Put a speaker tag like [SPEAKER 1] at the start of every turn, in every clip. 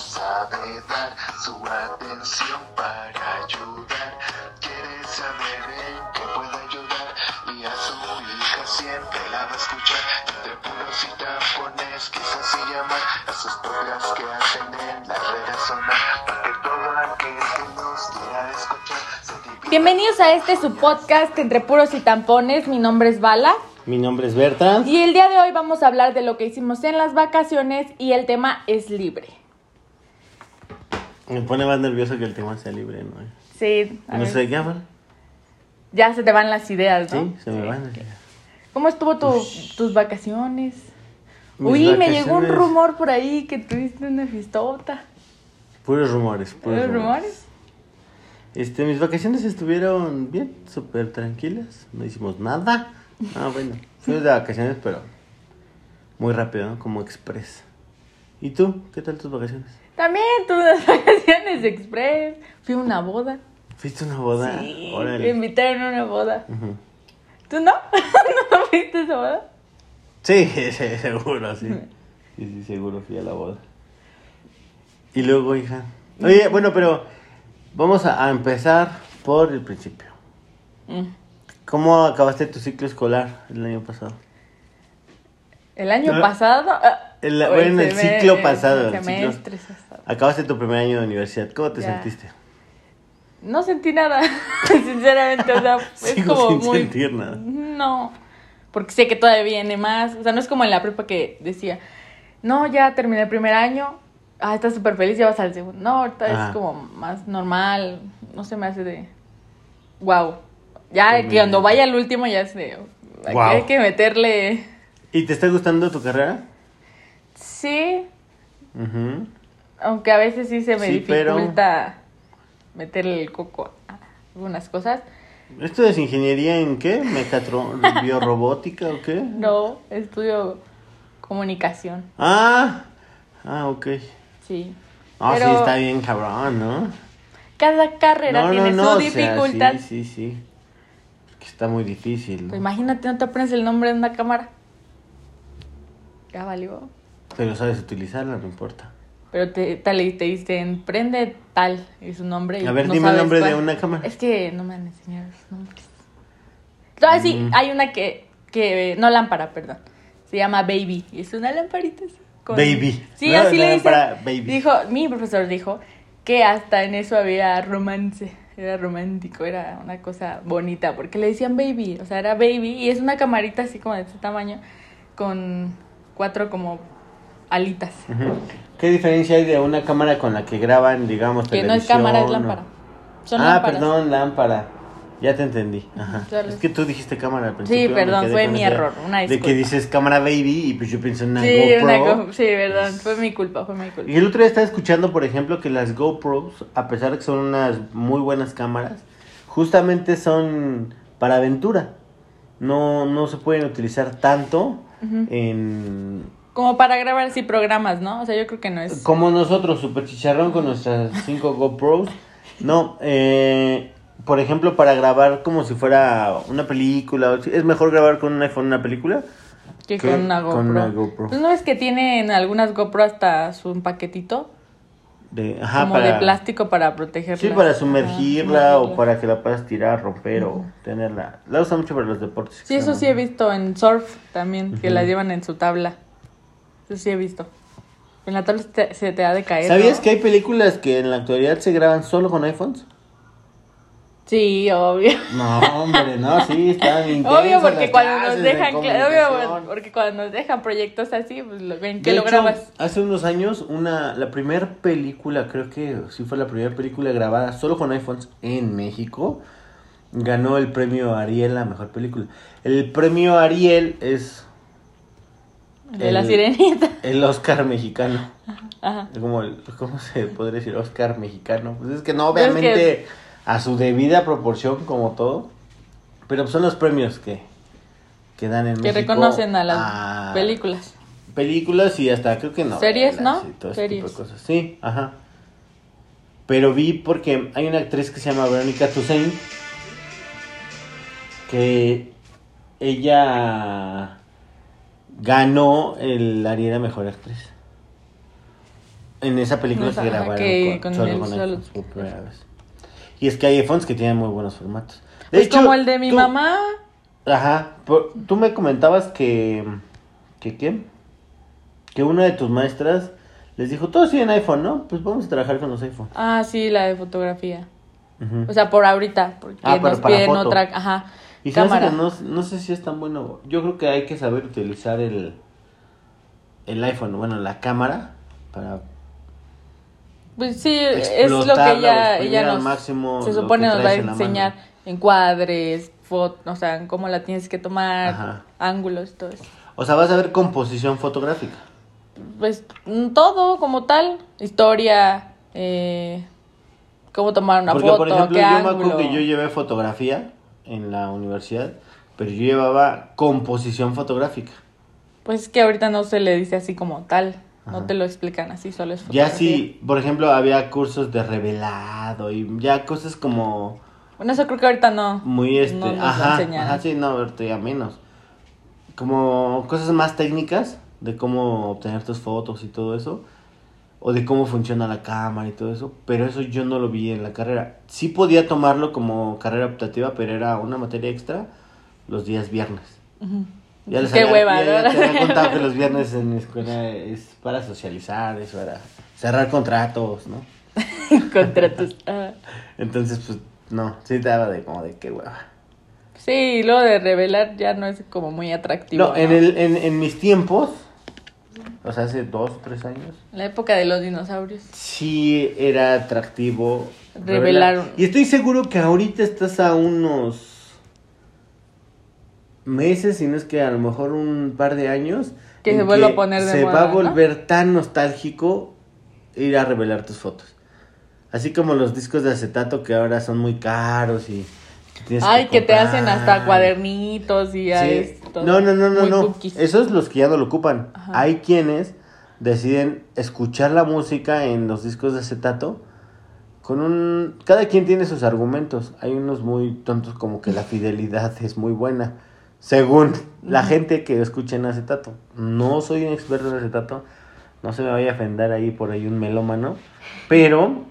[SPEAKER 1] sabe dar su atención para ayudar. Quiere saber en qué puede ayudar y a su hija siempre la va a escuchar. De puros y tampones quiso así llamar a sus propias que hacen en la red a sonar. Para que todo aquel que nos quiera escuchar se divida.
[SPEAKER 2] Bienvenidos a este su podcast entre puros y tampones. Mi nombre es Bala
[SPEAKER 3] Mi nombre es Berta.
[SPEAKER 2] y el día de hoy vamos a hablar de lo que hicimos en las vacaciones y el tema es libre.
[SPEAKER 3] Me pone más nervioso que el tema sea libre, ¿no?
[SPEAKER 2] Sí, a
[SPEAKER 3] No
[SPEAKER 2] ver,
[SPEAKER 3] sé qué habla.
[SPEAKER 2] ya se te van las ideas, ¿no?
[SPEAKER 3] Sí, se me van. Pues,
[SPEAKER 2] ¿Cómo estuvo tu- tus vacaciones?
[SPEAKER 3] Mis
[SPEAKER 2] Uy, me llegó un
[SPEAKER 3] vacaciones.
[SPEAKER 2] rumor por ahí que tuviste una fistota.
[SPEAKER 3] Puros rumores, puros
[SPEAKER 2] ¿Los
[SPEAKER 3] rumores.
[SPEAKER 2] rumores?
[SPEAKER 3] Este, mis vacaciones estuvieron bien, súper tranquilas. No hicimos nada. Ah, bueno. Fuimos de vacaciones, pero muy rápido, ¿no? Como express. ¿Y tú? ¿Qué tal tus vacaciones?
[SPEAKER 2] También tuve unas vacaciones express. Fui a una boda.
[SPEAKER 3] ¿Fuiste a una boda?
[SPEAKER 2] Sí, me
[SPEAKER 3] Ah, Órale.
[SPEAKER 2] invitaron a una boda.
[SPEAKER 3] Ujú.
[SPEAKER 2] ¿Tú no? ¿No fuiste a esa boda?
[SPEAKER 3] Sí, sí, seguro, sí. Sí, sí, seguro fui a la boda. Y luego, hija. Oye, bueno, pero vamos a, a empezar por el principio.
[SPEAKER 2] Mm.
[SPEAKER 3] ¿Cómo acabaste tu ciclo escolar el año pasado?
[SPEAKER 2] ¿El año
[SPEAKER 3] No.
[SPEAKER 2] pasado? Ah,
[SPEAKER 3] El-
[SPEAKER 2] o
[SPEAKER 3] bueno, el
[SPEAKER 2] seme-
[SPEAKER 3] ciclo pasado,
[SPEAKER 2] El
[SPEAKER 3] el
[SPEAKER 2] semestre pasado.
[SPEAKER 3] Acabaste tu primer año de universidad. ¿Cómo te
[SPEAKER 2] Ya.
[SPEAKER 3] sentiste?
[SPEAKER 2] No sentí nada, sinceramente. O sea, es
[SPEAKER 3] Sigo
[SPEAKER 2] como
[SPEAKER 3] sin
[SPEAKER 2] muy...
[SPEAKER 3] sentir nada.
[SPEAKER 2] No, porque sé que todavía viene más. O sea, no es como en la prepa que decía, no, ya terminé el primer año, ah, estás súper feliz, ya vas al segundo. No, ahorita es
[SPEAKER 3] Ajá.
[SPEAKER 2] como más normal, no se me hace de, wow. Ya
[SPEAKER 3] Qué
[SPEAKER 2] que cuando
[SPEAKER 3] miedo.
[SPEAKER 2] vaya el último ya es de, aquí
[SPEAKER 3] Guau.
[SPEAKER 2] hay que meterle.
[SPEAKER 3] ¿Y te está gustando tu carrera?
[SPEAKER 2] Sí,
[SPEAKER 3] Ujú.
[SPEAKER 2] aunque a veces sí se me
[SPEAKER 3] Sí, pero-
[SPEAKER 2] dificulta meterle el coco a algunas cosas.
[SPEAKER 3] ¿Esto es ingeniería en qué? ¿Mecatro biorrobótica o qué?
[SPEAKER 2] No, estudio comunicación,
[SPEAKER 3] Ah, ah, ok.
[SPEAKER 2] sí.
[SPEAKER 3] Ah, sí,
[SPEAKER 2] Pero-
[SPEAKER 3] está bien cabrón, ¿no?
[SPEAKER 2] Cada carrera tiene su
[SPEAKER 3] o sea,
[SPEAKER 2] dificultad.
[SPEAKER 3] sí, sí, sí. Que está muy difícil,
[SPEAKER 2] Pues
[SPEAKER 3] ¿no?
[SPEAKER 2] imagínate, no te aprendes el nombre de una cámara. Ya valió.
[SPEAKER 3] Pero sabes utilizarla, no importa.
[SPEAKER 2] Pero te, tal, te dicen, prende tal, y su nombre. y
[SPEAKER 3] A ver,
[SPEAKER 2] no
[SPEAKER 3] dime el
[SPEAKER 2] sabes
[SPEAKER 3] nombre de
[SPEAKER 2] cuál.
[SPEAKER 3] una cámara.
[SPEAKER 2] Es que no me han enseñado los nombres. Ah, sí,
[SPEAKER 3] Mm.
[SPEAKER 2] hay una que, que. No lámpara, perdón. Se llama Baby. y Es una lamparita. así,
[SPEAKER 3] Baby.
[SPEAKER 2] Sí,
[SPEAKER 3] No,
[SPEAKER 2] así
[SPEAKER 3] no
[SPEAKER 2] le dicen.
[SPEAKER 3] lámpara, baby.
[SPEAKER 2] Dijo, mi profesor dijo que hasta en eso había romance. Era romántico, era una cosa bonita. Porque le decían Baby. O sea, era Baby. Y es una camarita así como de este tamaño. Con cuatro como alitas.
[SPEAKER 3] Ujú. ¿Qué diferencia hay de una cámara con la que graban, digamos,
[SPEAKER 2] Que no es
[SPEAKER 3] televisión
[SPEAKER 2] cámara, es
[SPEAKER 3] o-
[SPEAKER 2] lámpara. Son
[SPEAKER 3] ah,
[SPEAKER 2] lámparas.
[SPEAKER 3] perdón, lámpara. Ya te entendí. Ajá.
[SPEAKER 2] Claro.
[SPEAKER 3] Es que tú dijiste cámara al principio. me
[SPEAKER 2] perdón,
[SPEAKER 3] quedé
[SPEAKER 2] fue
[SPEAKER 3] con
[SPEAKER 2] mi
[SPEAKER 3] esa-
[SPEAKER 2] error, una
[SPEAKER 3] De
[SPEAKER 2] disculpa.
[SPEAKER 3] que dices cámara baby y pues yo pensé en una
[SPEAKER 2] Sí,
[SPEAKER 3] GoPro.
[SPEAKER 2] una go- sí, verdad, fue mi culpa, fue mi
[SPEAKER 3] Y
[SPEAKER 2] culpa.
[SPEAKER 3] el otro día estaba escuchando, por ejemplo, que las GoPros, a pesar de que son unas muy buenas cámaras, justamente son para aventura. No, no se pueden utilizar tanto en...
[SPEAKER 2] Como para grabar así programas, ¿no? O sea, yo creo que no es...
[SPEAKER 3] Como nosotros, Super Chicharrón, con nuestras cinco GoPros. No, eh, por ejemplo, para grabar como si fuera una película. o si- Es mejor grabar con un iPhone una película.
[SPEAKER 2] Que
[SPEAKER 3] ¿Qué?
[SPEAKER 2] con una GoPro.
[SPEAKER 3] Con una GoPro.
[SPEAKER 2] ¿Tú no ves que tienen algunas GoPro hasta su paquetito?
[SPEAKER 3] De, ajá,
[SPEAKER 2] como de plástico para protegerla.
[SPEAKER 3] Sí, para
[SPEAKER 2] Ah,
[SPEAKER 3] sumergirla o para que la puedas tirar, romper o tenerla. La usa mucho para los deportes.
[SPEAKER 2] Sí, eso sí he visto en surf también, que
[SPEAKER 3] Ujú.
[SPEAKER 2] la llevan en su tabla. Eso sí he visto. En la tabla se te, se te ha de caer,
[SPEAKER 3] ¿Sabías
[SPEAKER 2] ¿no?
[SPEAKER 3] que hay películas que en la actualidad se graban solo con iPhones?
[SPEAKER 2] Sí, obvio.
[SPEAKER 3] No, hombre, no, sí, están intensas
[SPEAKER 2] Obvio
[SPEAKER 3] las
[SPEAKER 2] porque cuando nos
[SPEAKER 3] clases de
[SPEAKER 2] dejan,
[SPEAKER 3] comunicación.
[SPEAKER 2] obvio, pues, porque cuando nos dejan proyectos así, pues lo ven que
[SPEAKER 3] De
[SPEAKER 2] lo
[SPEAKER 3] hecho,
[SPEAKER 2] grabas.
[SPEAKER 3] Hace unos años, una, la primera película, creo que sí fue la primera película grabada solo con iPhones en México, ganó el premio Ariel a mejor película. El premio Ariel es
[SPEAKER 2] De la
[SPEAKER 3] El-
[SPEAKER 2] sirenita.
[SPEAKER 3] el Oscar mexicano.
[SPEAKER 2] Ajá.
[SPEAKER 3] como el- pues, ¿Cómo se podría decir Oscar mexicano? Pues es que no,
[SPEAKER 2] Pues es que-
[SPEAKER 3] obviamente a su debida proporción como todo, pero son los premios que, que dan en
[SPEAKER 2] Que
[SPEAKER 3] México. ah,
[SPEAKER 2] reconocen a las
[SPEAKER 3] a
[SPEAKER 2] películas.
[SPEAKER 3] Películas y hasta creo que no.
[SPEAKER 2] Series, ¿no?
[SPEAKER 3] Series.
[SPEAKER 2] Series.
[SPEAKER 3] cosas. Sí, ajá. Pero vi porque hay una actriz que se llama Verónica Toussaint que ella ganó el Ariel a Mejor Actriz. En esa película
[SPEAKER 2] Ajá,
[SPEAKER 3] se grabaron
[SPEAKER 2] que con
[SPEAKER 3] con, solo
[SPEAKER 2] el-
[SPEAKER 3] con
[SPEAKER 2] solo-
[SPEAKER 3] iPhones por primera vez. Y es que hay iPhones que tienen muy buenos formatos. De
[SPEAKER 2] Pues
[SPEAKER 3] hecho,
[SPEAKER 2] como el de mi
[SPEAKER 3] tú-
[SPEAKER 2] mamá.
[SPEAKER 3] Ajá. por- tú me comentabas que. ¿Que qué? Que una de tus maestras les dijo: Todos tienen iPhone, ¿no? Pues vamos a trabajar con los iPhones.
[SPEAKER 2] Ah, sí, la de fotografía.
[SPEAKER 3] Ujú.
[SPEAKER 2] O sea, por ahorita, porque
[SPEAKER 3] Ah, pero
[SPEAKER 2] nos
[SPEAKER 3] para
[SPEAKER 2] piden
[SPEAKER 3] foto.
[SPEAKER 2] otra ajá,
[SPEAKER 3] Y se me hace
[SPEAKER 2] cámara.
[SPEAKER 3] que no, no sé si es tan bueno. Yo creo que hay que saber utilizar el, el iPhone, bueno, la cámara, para
[SPEAKER 2] Pues sí, es lo que
[SPEAKER 3] Explotarla,
[SPEAKER 2] ella,
[SPEAKER 3] exprimir
[SPEAKER 2] ella
[SPEAKER 3] al
[SPEAKER 2] nos
[SPEAKER 3] máximo
[SPEAKER 2] se
[SPEAKER 3] lo
[SPEAKER 2] supone
[SPEAKER 3] que
[SPEAKER 2] nos va a
[SPEAKER 3] traes en la
[SPEAKER 2] enseñar
[SPEAKER 3] mano.
[SPEAKER 2] encuadres, fotos, o sea, cómo la tienes que tomar,
[SPEAKER 3] Ajá.
[SPEAKER 2] ángulos, todo eso.
[SPEAKER 3] O sea, vas a ver composición fotográfica.
[SPEAKER 2] Pues mm, todo como tal, historia, eh, cómo tomar una
[SPEAKER 3] Porque,
[SPEAKER 2] foto,
[SPEAKER 3] por ejemplo,
[SPEAKER 2] qué
[SPEAKER 3] yo me
[SPEAKER 2] ángulo.
[SPEAKER 3] acuerdo que yo llevé fotografía en la universidad, pero yo llevaba composición fotográfica.
[SPEAKER 2] Pues es que ahorita no se le dice así como tal,
[SPEAKER 3] Ajá.
[SPEAKER 2] no te lo explican así, solo es
[SPEAKER 3] Ya
[SPEAKER 2] fotografía.
[SPEAKER 3] sí, por ejemplo, había cursos de revelado y ya cosas como
[SPEAKER 2] Bueno, eso creo que ahorita no.
[SPEAKER 3] muy este,
[SPEAKER 2] No nos lo
[SPEAKER 3] ajá,
[SPEAKER 2] enseñaron.
[SPEAKER 3] ajá, sí, no, ahorita ya menos. Como cosas más técnicas de cómo obtener tus fotos y todo eso, o de cómo funciona la cámara y todo eso, pero eso yo no lo vi en la carrera. Sí podía tomarlo como carrera optativa, pero era una materia extra los días viernes.
[SPEAKER 2] Ujú.
[SPEAKER 3] Ya les
[SPEAKER 2] Qué
[SPEAKER 3] había,
[SPEAKER 2] hueva,
[SPEAKER 3] ya- ya
[SPEAKER 2] ¿no?
[SPEAKER 3] te había contado que los viernes en mi escuela es para socializar, es para cerrar contratos, ¿no?
[SPEAKER 2] Contratos. ajá.
[SPEAKER 3] Entonces, pues, no, sí daba de como de qué hueva.
[SPEAKER 2] Sí, y luego de revelar ya no es como muy atractivo.
[SPEAKER 3] No, en,
[SPEAKER 2] ¿no?
[SPEAKER 3] el, en, en mis tiempos, o sea, hace dos, tres años,
[SPEAKER 2] La época de los dinosaurios.
[SPEAKER 3] sí era atractivo.
[SPEAKER 2] Revelar un-
[SPEAKER 3] Y estoy seguro que ahorita estás a unos meses, si no es que a lo mejor un par de años.
[SPEAKER 2] Que
[SPEAKER 3] en
[SPEAKER 2] se vuelva a poner de
[SPEAKER 3] Se
[SPEAKER 2] moda,
[SPEAKER 3] va a
[SPEAKER 2] ¿no?
[SPEAKER 3] volver tan nostálgico ir a revelar tus fotos. Así como los discos de acetato que ahora son muy caros y... tienes
[SPEAKER 2] Ay, que te hacen hasta
[SPEAKER 3] comprar.
[SPEAKER 2] cuadernitos y ya
[SPEAKER 3] Sí.
[SPEAKER 2] es todo
[SPEAKER 3] No, no, no, no,
[SPEAKER 2] muy
[SPEAKER 3] no.
[SPEAKER 2] cookies.
[SPEAKER 3] Esos los que ya no lo ocupan.
[SPEAKER 2] Ajá.
[SPEAKER 3] Hay quienes deciden escuchar la música en los discos de acetato con un cada quien tiene sus argumentos. Hay unos muy tontos como que la fidelidad es muy buena, según la gente que escucha en acetato. No soy un experto en acetato. No se me vaya a ofender ahí por ahí un melómano, pero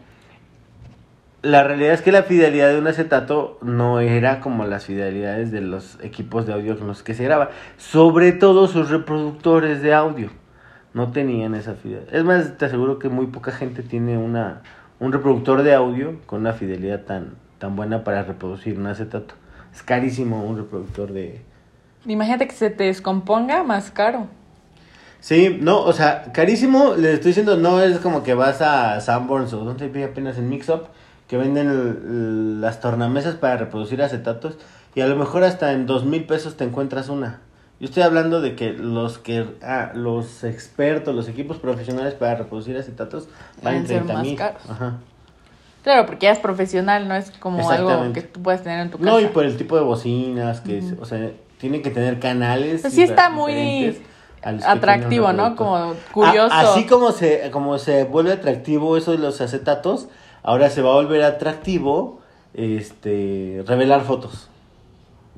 [SPEAKER 3] la realidad es que la fidelidad de un acetato no era como las fidelidades de los equipos de audio con los que se graba. Sobre todo sus reproductores de audio no tenían esa fidelidad. Es más, te aseguro que muy poca gente tiene una, un reproductor de audio con una fidelidad tan, tan buena para reproducir un acetato. Es carísimo un reproductor de...
[SPEAKER 2] Imagínate que se te descomponga más caro.
[SPEAKER 3] Sí, no, o sea, carísimo, les estoy diciendo, no es como que vas a Sanborns o donde vi apenas en Mix Up, que venden el- las tornamesas para reproducir acetatos, y a lo mejor hasta en dos mil pesos te encuentras una. Yo estoy hablando de que los que, ah, los expertos, los equipos profesionales para reproducir acetatos van en
[SPEAKER 2] Deben ser
[SPEAKER 3] 30
[SPEAKER 2] más
[SPEAKER 3] mil.
[SPEAKER 2] caros. Claro, porque ya es profesional, no es como algo
[SPEAKER 3] Exactamente.
[SPEAKER 2] que tú puedas tener en tu casa.
[SPEAKER 3] No, y pues, por el tipo de bocinas, que es, o sea, tienen que tener canales.
[SPEAKER 2] Pues sí
[SPEAKER 3] difer-
[SPEAKER 2] está muy
[SPEAKER 3] diferentes a los pues, que
[SPEAKER 2] Atractivo,
[SPEAKER 3] tienen un
[SPEAKER 2] ¿no?
[SPEAKER 3] reproductor.
[SPEAKER 2] Como curioso.
[SPEAKER 3] A- Ah, así como se, como se vuelve atractivo eso de los acetatos, ahora se va a volver atractivo este revelar fotos.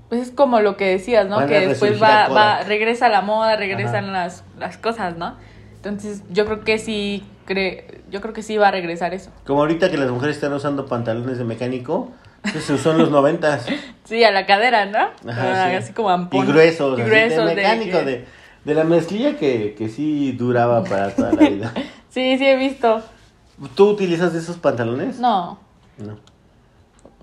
[SPEAKER 2] Pues es como lo que decías, ¿no?
[SPEAKER 3] Van a
[SPEAKER 2] Que después
[SPEAKER 3] resurgir a
[SPEAKER 2] va,
[SPEAKER 3] Kodak.
[SPEAKER 2] va, regresa la moda,
[SPEAKER 3] Ajá.
[SPEAKER 2] regresan las, las cosas, ¿no? Entonces, yo creo que sí, cre- yo creo que sí va a regresar eso.
[SPEAKER 3] Como ahorita que las mujeres están usando pantalones de mecánico, que se usó en los noventas.
[SPEAKER 2] Sí, a la cadera, ¿no?
[SPEAKER 3] Ajá, sí.
[SPEAKER 2] Ah, Así como ampón.
[SPEAKER 3] Y gruesos,
[SPEAKER 2] Y
[SPEAKER 3] así,
[SPEAKER 2] gruesos
[SPEAKER 3] de mecánico, de,
[SPEAKER 2] que-
[SPEAKER 3] de, la mezclilla que, que sí duraba para toda la vida.
[SPEAKER 2] Sí, sí he visto.
[SPEAKER 3] ¿Tú utilizas esos pantalones?
[SPEAKER 2] No,
[SPEAKER 3] No.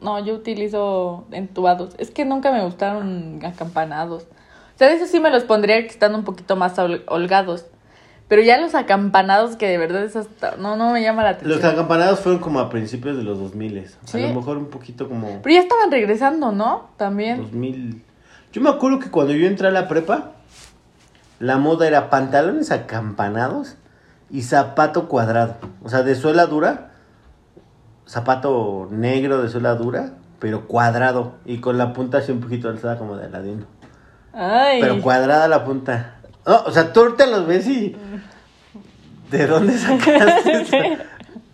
[SPEAKER 2] no, yo utilizo entubados. Es que nunca me gustaron acampanados. O sea, de eso sí me los pondría que están un poquito más hol- holgados. Pero ya los acampanados que de verdad es hasta... No, no me llama la atención.
[SPEAKER 3] Los acampanados fueron como a principios de los 2000.
[SPEAKER 2] Sí.
[SPEAKER 3] A lo mejor un poquito como
[SPEAKER 2] Pero ya estaban regresando, ¿no?
[SPEAKER 3] Pues
[SPEAKER 2] También.
[SPEAKER 3] 2000. Yo me acuerdo que cuando yo entré a la prepa, la moda era pantalones acampanados y zapato cuadrado. O sea, de suela dura, zapato negro de suela dura, pero cuadrado y con la punta así un poquito alzada como de aladino.
[SPEAKER 2] Ay.
[SPEAKER 3] Pero cuadrada la punta. No, o sea, tú ahorita los ves y. ¿De dónde sacaste eso?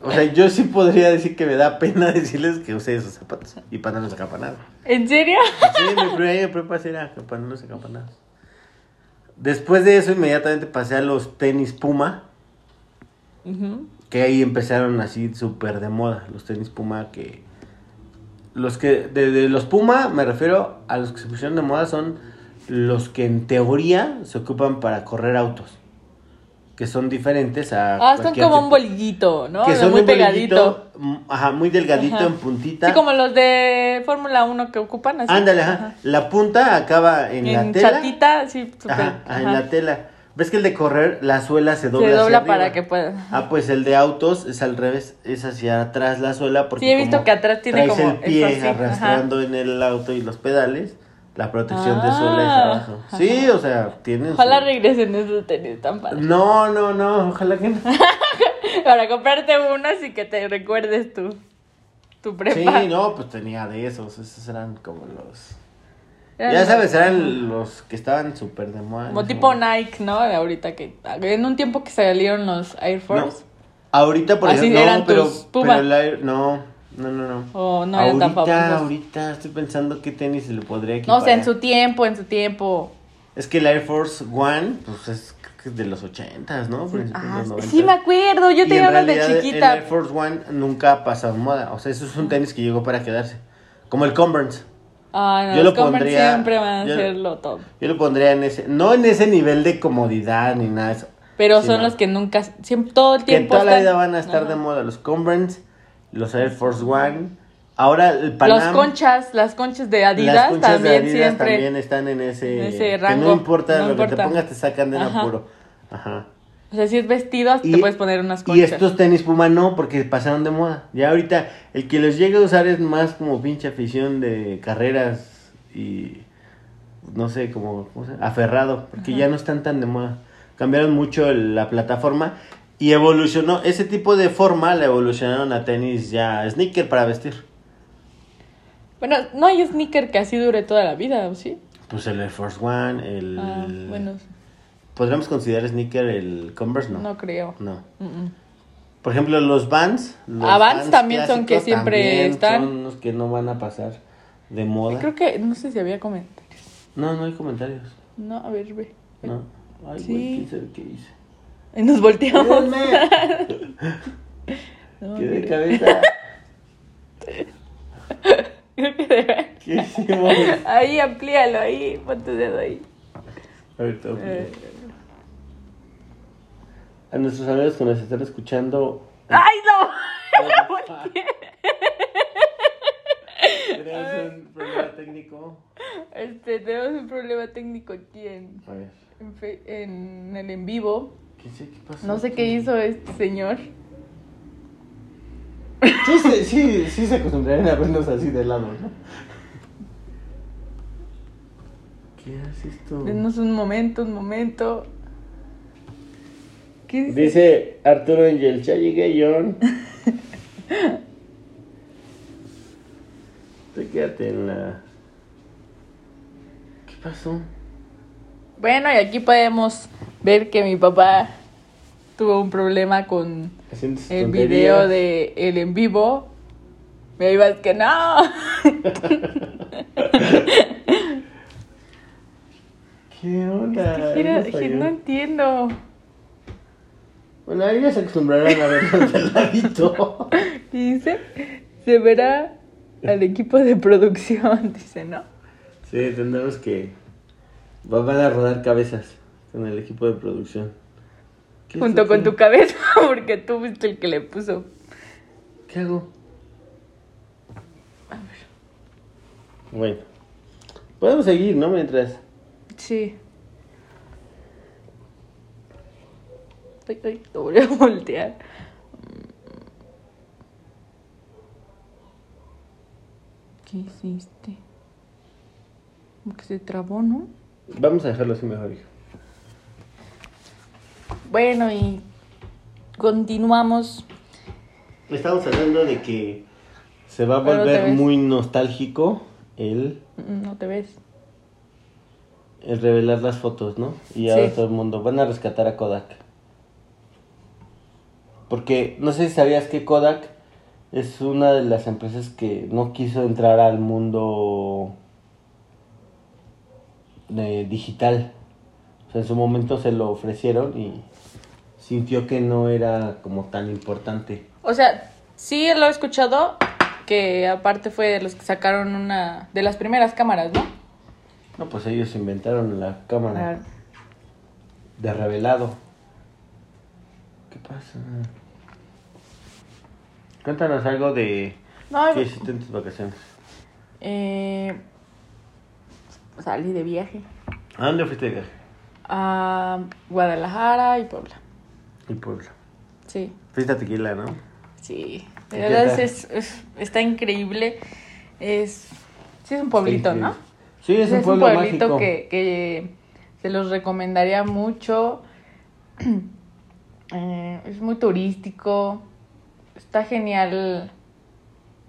[SPEAKER 3] O sea, yo sí podría decir que me da pena decirles que usé esos zapatos y pantalones acampanados.
[SPEAKER 2] ¿En serio?
[SPEAKER 3] Sí, mi primer año de prepa sí era pantalones acampanados. Después de eso, inmediatamente pasé a los tenis Puma.
[SPEAKER 2] Ujú.
[SPEAKER 3] Que ahí empezaron así súper de moda los tenis Puma que... Los que... De, de los Puma me refiero a los que se pusieron de moda son los que en teoría se ocupan para correr autos. Que son diferentes a...
[SPEAKER 2] Ah, están
[SPEAKER 3] cualquier
[SPEAKER 2] como un
[SPEAKER 3] tipo.
[SPEAKER 2] bolillito, ¿no?
[SPEAKER 3] Que
[SPEAKER 2] De
[SPEAKER 3] son
[SPEAKER 2] muy
[SPEAKER 3] un
[SPEAKER 2] pegadito.
[SPEAKER 3] delgadito, mm, Ajá, muy delgadito
[SPEAKER 2] Ajá.
[SPEAKER 3] en puntita.
[SPEAKER 2] Sí, como los de Fórmula 1 que ocupan así.
[SPEAKER 3] Ándale, ajá. La punta acaba en,
[SPEAKER 2] En,
[SPEAKER 3] la tela.
[SPEAKER 2] chatita, sí, súper.
[SPEAKER 3] Ajá, ajá, en
[SPEAKER 2] ajá.
[SPEAKER 3] la tela. ¿Ves que el de correr la suela se dobla
[SPEAKER 2] Se
[SPEAKER 3] hacia
[SPEAKER 2] dobla para
[SPEAKER 3] arriba?
[SPEAKER 2] que pueda.
[SPEAKER 3] Ah, pues el de autos es al revés, es hacia atrás la suela porque
[SPEAKER 2] Sí, he visto
[SPEAKER 3] como
[SPEAKER 2] que atrás tiene
[SPEAKER 3] traes
[SPEAKER 2] como
[SPEAKER 3] el pie
[SPEAKER 2] eso así, ajá.
[SPEAKER 3] arrastrando en el auto y los pedales, la protección de
[SPEAKER 2] Ah,
[SPEAKER 3] suela es abajo. Sí, o sea, tienen su-
[SPEAKER 2] Ojalá regresen esos tenis tan padres.
[SPEAKER 3] No, no, no, ojalá que no.
[SPEAKER 2] Para comprarte unos y que te recuerdes tu, tu
[SPEAKER 3] Sí,
[SPEAKER 2] prepa.
[SPEAKER 3] no, pues tenía de esos, esos eran como los
[SPEAKER 2] Eran
[SPEAKER 3] Ya
[SPEAKER 2] los-
[SPEAKER 3] sabes, eran los que estaban súper de moda.
[SPEAKER 2] Como
[SPEAKER 3] ¿no?
[SPEAKER 2] tipo Nike, ¿no? Ahorita que. En un tiempo que salieron los Air
[SPEAKER 3] No.
[SPEAKER 2] Force.
[SPEAKER 3] Ahorita, por
[SPEAKER 2] Así
[SPEAKER 3] ejemplo,
[SPEAKER 2] eran
[SPEAKER 3] no, pero,
[SPEAKER 2] tus Puma.
[SPEAKER 3] pero el aire- no, no, no, no.
[SPEAKER 2] O no eran
[SPEAKER 3] ahorita,
[SPEAKER 2] tan famosos.
[SPEAKER 3] ahorita estoy pensando qué tenis se le podría
[SPEAKER 2] No,
[SPEAKER 3] equiparar.
[SPEAKER 2] o sea, en su tiempo, en su tiempo.
[SPEAKER 3] Es que el Air Force One, pues es creo que es de los ochentas, ¿no? Principios de
[SPEAKER 2] Ah,
[SPEAKER 3] los noventas.
[SPEAKER 2] sí, me acuerdo. Yo
[SPEAKER 3] Y
[SPEAKER 2] tenía
[SPEAKER 3] en
[SPEAKER 2] uno de
[SPEAKER 3] realidad, El Air
[SPEAKER 2] chiquita.
[SPEAKER 3] Force One nunca ha pasado moda. O sea, eso es un tenis que llegó para quedarse. Como el Converse.
[SPEAKER 2] Ah, no,
[SPEAKER 3] yo
[SPEAKER 2] los
[SPEAKER 3] lo
[SPEAKER 2] Converse
[SPEAKER 3] pondría-
[SPEAKER 2] siempre van
[SPEAKER 3] yo-
[SPEAKER 2] a ser lo top.
[SPEAKER 3] Yo lo pondría en ese, no en ese nivel de comodidad ni nada de eso.
[SPEAKER 2] Pero
[SPEAKER 3] Sí,
[SPEAKER 2] son
[SPEAKER 3] no.
[SPEAKER 2] los que nunca, siempre, todo el
[SPEAKER 3] Que
[SPEAKER 2] tiempo.
[SPEAKER 3] toda la
[SPEAKER 2] están-
[SPEAKER 3] vida van a estar
[SPEAKER 2] Ajá.
[SPEAKER 3] de moda los Converse, los Air Force One. Ahora el Panam.
[SPEAKER 2] Los conchas, las conchas de Adidas
[SPEAKER 3] las conchas de
[SPEAKER 2] también
[SPEAKER 3] Adidas
[SPEAKER 2] siempre.
[SPEAKER 3] también están en ese,
[SPEAKER 2] en ese
[SPEAKER 3] Que
[SPEAKER 2] rango,
[SPEAKER 3] no importa
[SPEAKER 2] no
[SPEAKER 3] lo que te
[SPEAKER 2] importa.
[SPEAKER 3] pongas, te sacan de un
[SPEAKER 2] Ajá.
[SPEAKER 3] apuro. Ajá.
[SPEAKER 2] O sea, si es vestido, hasta te
[SPEAKER 3] Y-
[SPEAKER 2] puedes poner unas
[SPEAKER 3] Y
[SPEAKER 2] conchas.
[SPEAKER 3] estos tenis Puma no, porque pasaron de moda. Ya ahorita, el que los llegue a usar es más como pinche afición de carreras y no sé, como ¿cómo se llama? aferrado, porque ya no están tan de moda. Cambiaron mucho el- la plataforma y evolucionó. Ese tipo de forma la evolucionaron a tenis ya sneaker para vestir.
[SPEAKER 2] Bueno, no hay sneaker que así dure toda la vida, ¿o sí?
[SPEAKER 3] Pues el Air Force One, el.
[SPEAKER 2] Ah, bueno,
[SPEAKER 3] ¿Podríamos considerar sneaker el Converse?
[SPEAKER 2] no,
[SPEAKER 3] No.
[SPEAKER 2] creo.
[SPEAKER 3] No.
[SPEAKER 2] Mm, mm.
[SPEAKER 3] Por ejemplo, los Vans. Los
[SPEAKER 2] Ah, Vans también son que
[SPEAKER 3] clásicos
[SPEAKER 2] siempre
[SPEAKER 3] también
[SPEAKER 2] están.
[SPEAKER 3] Son los que no van a pasar de moda.
[SPEAKER 2] Creo que, no sé si había comentarios.
[SPEAKER 3] No, no hay comentarios.
[SPEAKER 2] No, a ver, ve.
[SPEAKER 3] No. Ay,
[SPEAKER 2] Sí.
[SPEAKER 3] güey, quién sabe qué hice.
[SPEAKER 2] Ay, Nos volteamos.
[SPEAKER 3] ¡Ayúdenme!
[SPEAKER 2] No,
[SPEAKER 3] ¡Qué de
[SPEAKER 2] mira.
[SPEAKER 3] cabeza!
[SPEAKER 2] Creo que de-
[SPEAKER 3] ¿Qué hicimos?
[SPEAKER 2] Ahí, amplíalo, ahí, pon tu dedo ahí.
[SPEAKER 3] Ahorita, ok.
[SPEAKER 2] Eh.
[SPEAKER 3] A nuestros amigos que nos están escuchando.
[SPEAKER 2] ¡Ay, no! Me volteé.
[SPEAKER 3] Tenemos un problema técnico.
[SPEAKER 2] Este, tenemos un problema técnico aquí en,
[SPEAKER 3] A ver.
[SPEAKER 2] en fe- en el en vivo.
[SPEAKER 3] ¿Qué, sé, qué pasó?
[SPEAKER 2] No sé qué hizo este señor.
[SPEAKER 3] Sí, sí, sí, sí se acostumbrarían a vernos así de lado, ¿no? ¿Qué haces tú?
[SPEAKER 2] Denos un momento, un momento. ¿Qué dice?
[SPEAKER 3] Dice Arturo Angel, ya llegué, John. Tú quédate en la... ¿Qué pasó?
[SPEAKER 2] Bueno, y aquí podemos ver que mi papá tuvo un problema con
[SPEAKER 3] Haciendo sus
[SPEAKER 2] el
[SPEAKER 3] tonterías.
[SPEAKER 2] video de el en vivo. Me ibas que no.
[SPEAKER 3] ¿Qué onda?
[SPEAKER 2] Es que gira-
[SPEAKER 3] Él no falló.
[SPEAKER 2] no entiendo.
[SPEAKER 3] Bueno, ahí ya se acostumbrarán a vernos de ladito.
[SPEAKER 2] Y dice, se verá al equipo de producción, dice, ¿no?
[SPEAKER 3] Sí, tendremos que... va- Van a rodar cabezas con el equipo de producción. ¿Qué
[SPEAKER 2] Junto
[SPEAKER 3] estás
[SPEAKER 2] con
[SPEAKER 3] haciendo?
[SPEAKER 2] tu cabeza, porque tú fuiste el que le puso.
[SPEAKER 3] ¿Qué hago? A ver. Bueno. Podemos seguir, ¿no? Mientras.
[SPEAKER 2] Sí. Ay, ay, lo voy a voltear. ¿Qué hiciste? Como que se trabó, ¿no?
[SPEAKER 3] Vamos a dejarlo así mejor, hijo.
[SPEAKER 2] Bueno, y continuamos.
[SPEAKER 3] Estamos hablando de que se va a
[SPEAKER 2] Pero te
[SPEAKER 3] volver
[SPEAKER 2] ves.
[SPEAKER 3] muy nostálgico el,
[SPEAKER 2] Mm, No te ves.
[SPEAKER 3] el revelar las fotos, ¿no? Y
[SPEAKER 2] Sí.
[SPEAKER 3] ahora todo el mundo. Van a rescatar a Kodak. Porque no sé si sabías que Kodak es una de las empresas que no quiso entrar al mundo eh, digital. O sea, en su momento se lo ofrecieron y sintió que no era como tan importante.
[SPEAKER 2] O sea, sí lo he escuchado, que aparte fue de los que sacaron una de las primeras cámaras, ¿no?
[SPEAKER 3] No, pues ellos inventaron la cámara de revelado. ¿Qué pasa? Cuéntanos algo de
[SPEAKER 2] No,
[SPEAKER 3] qué hiciste en tus vacaciones.
[SPEAKER 2] eh, salí de viaje
[SPEAKER 3] ¿A dónde fuiste de viaje?
[SPEAKER 2] a Guadalajara y Puebla.
[SPEAKER 3] Y Puebla.
[SPEAKER 2] Sí,
[SPEAKER 3] Fuiste a Tequila, ¿no?
[SPEAKER 2] sí.
[SPEAKER 3] ¿Y
[SPEAKER 2] De
[SPEAKER 3] qué
[SPEAKER 2] verdad
[SPEAKER 3] tal?
[SPEAKER 2] es, es- está increíble. Es, sí, es un pueblito,
[SPEAKER 3] Sí,
[SPEAKER 2] ¿no?
[SPEAKER 3] Sí, es,
[SPEAKER 2] Es,
[SPEAKER 3] un
[SPEAKER 2] un
[SPEAKER 3] pueblo
[SPEAKER 2] pueblito
[SPEAKER 3] mágico.
[SPEAKER 2] que, que se los recomendaría mucho. Eh, es muy turístico. Está genial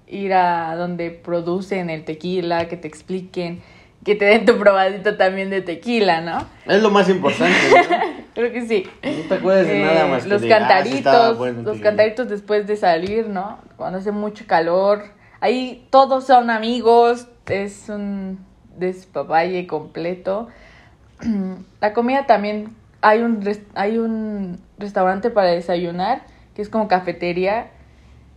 [SPEAKER 2] ir a donde producen el tequila, que te expliquen, que te den tu probadito también de tequila, ¿no?
[SPEAKER 3] Es lo más importante, ¿no?
[SPEAKER 2] Creo que sí.
[SPEAKER 3] No te acuerdas de nada
[SPEAKER 2] Eh,
[SPEAKER 3] más que
[SPEAKER 2] los
[SPEAKER 3] de, ah, sí
[SPEAKER 2] cantaritos,
[SPEAKER 3] estaba bueno el
[SPEAKER 2] los
[SPEAKER 3] tequila.
[SPEAKER 2] cantaritos después de salir, ¿no? Cuando hace mucho calor, ahí todos son amigos, es un despapalle completo. La comida también hay un res- hay un restaurante para desayunar que es como cafetería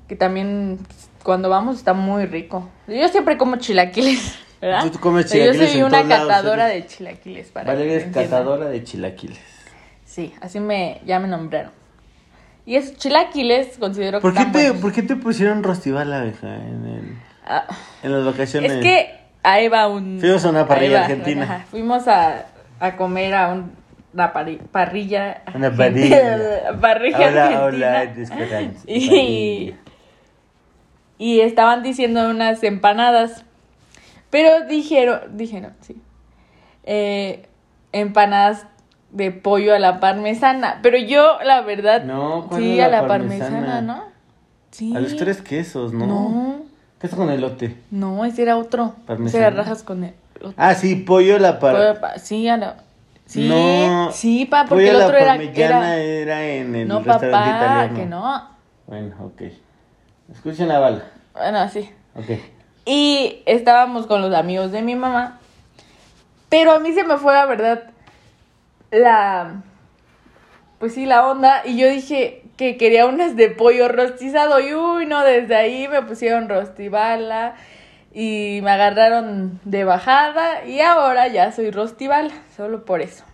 [SPEAKER 2] que también cuando vamos está muy rico. Yo siempre como chilaquiles, ¿verdad?
[SPEAKER 3] Tú comes
[SPEAKER 2] Pero
[SPEAKER 3] chilaquiles
[SPEAKER 2] Yo soy
[SPEAKER 3] en
[SPEAKER 2] una
[SPEAKER 3] todos lados,
[SPEAKER 2] catadora
[SPEAKER 3] eres-
[SPEAKER 2] de chilaquiles para que
[SPEAKER 3] Valeria
[SPEAKER 2] me
[SPEAKER 3] es
[SPEAKER 2] entiendan.
[SPEAKER 3] catadora de chilaquiles.
[SPEAKER 2] Sí, así me, ya me nombraron. Y esos chilaquiles considero
[SPEAKER 3] ¿Por
[SPEAKER 2] que
[SPEAKER 3] qué,
[SPEAKER 2] están
[SPEAKER 3] te,
[SPEAKER 2] buenos.
[SPEAKER 3] ¿Por qué te pusieron rostibar la abeja en, el-
[SPEAKER 2] Ah,
[SPEAKER 3] en las vacaciones?
[SPEAKER 2] es que ahí va un...
[SPEAKER 3] Fuimos a una
[SPEAKER 2] ahí
[SPEAKER 3] parrilla
[SPEAKER 2] va,
[SPEAKER 3] argentina.
[SPEAKER 2] ajá, fuimos a, a comer a un- una parri- parrilla
[SPEAKER 3] Una
[SPEAKER 2] argentina-
[SPEAKER 3] parrilla.
[SPEAKER 2] parrilla
[SPEAKER 3] Hola,
[SPEAKER 2] argentina.
[SPEAKER 3] hola, de Esperanza.
[SPEAKER 2] Y, y estaban diciendo unas empanadas. Pero dijeron, dijeron, sí. eh, empanadas de pollo a la parmesana. Pero yo, la verdad,
[SPEAKER 3] No, ¿cuál
[SPEAKER 2] sí,
[SPEAKER 3] era
[SPEAKER 2] a la
[SPEAKER 3] la
[SPEAKER 2] parmesana,
[SPEAKER 3] parmesana?
[SPEAKER 2] ¿no? Sí.
[SPEAKER 3] A los tres quesos, ¿no?
[SPEAKER 2] No,
[SPEAKER 3] Queso con elote.
[SPEAKER 2] no, ese era otro. Ese
[SPEAKER 3] Parmesana.
[SPEAKER 2] era rajas con el otro.
[SPEAKER 3] Ah, sí, pollo a la
[SPEAKER 2] Pollo a
[SPEAKER 3] par...
[SPEAKER 2] la pa- sí, a la. Sí,
[SPEAKER 3] No,
[SPEAKER 2] sí, pa, porque
[SPEAKER 3] pollo
[SPEAKER 2] el
[SPEAKER 3] a la
[SPEAKER 2] otro era. era-
[SPEAKER 3] parmigiana era en el
[SPEAKER 2] No,
[SPEAKER 3] restaurante
[SPEAKER 2] papá,
[SPEAKER 3] italiano.
[SPEAKER 2] que no.
[SPEAKER 3] Bueno, ok. Escuchen la bala.
[SPEAKER 2] Bueno, sí.
[SPEAKER 3] Ok.
[SPEAKER 2] Y estábamos con los amigos de mi mamá. Pero a mí se me fue, la verdad, la. Pues sí, la onda. Y yo dije que quería unas de pollo rostizado. Y uy, no, desde ahí me pusieron rostibala. Y me agarraron de bajada. Y ahora ya soy rostibala. Solo por eso.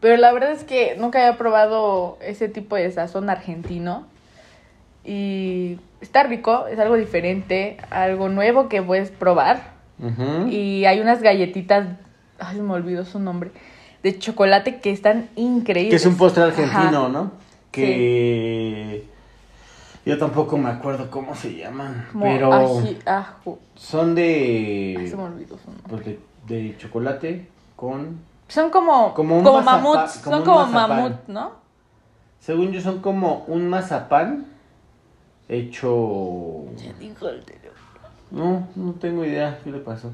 [SPEAKER 2] Pero la verdad es que nunca había probado ese tipo de sazón argentino. Y está rico, es algo diferente, algo nuevo que puedes probar.
[SPEAKER 3] Ujú.
[SPEAKER 2] Y hay unas galletitas, ay, me olvidó su nombre, de chocolate que están increíbles.
[SPEAKER 3] Que es un postre argentino,
[SPEAKER 2] Ajá.
[SPEAKER 3] ¿no? Que yo tampoco me acuerdo cómo se llaman.
[SPEAKER 2] Como
[SPEAKER 3] Pero
[SPEAKER 2] ají- ajo.
[SPEAKER 3] son
[SPEAKER 2] Ay, se me
[SPEAKER 3] de,
[SPEAKER 2] olvidó su nombre.
[SPEAKER 3] pues, de. de chocolate con.
[SPEAKER 2] Son como,
[SPEAKER 3] Como un
[SPEAKER 2] como,
[SPEAKER 3] mazapán,
[SPEAKER 2] mamuts,
[SPEAKER 3] como
[SPEAKER 2] son
[SPEAKER 3] un
[SPEAKER 2] como
[SPEAKER 3] mazapán.
[SPEAKER 2] mamut, ¿no?
[SPEAKER 3] Según yo, son como un mazapán hecho. No, no tengo idea qué le pasó.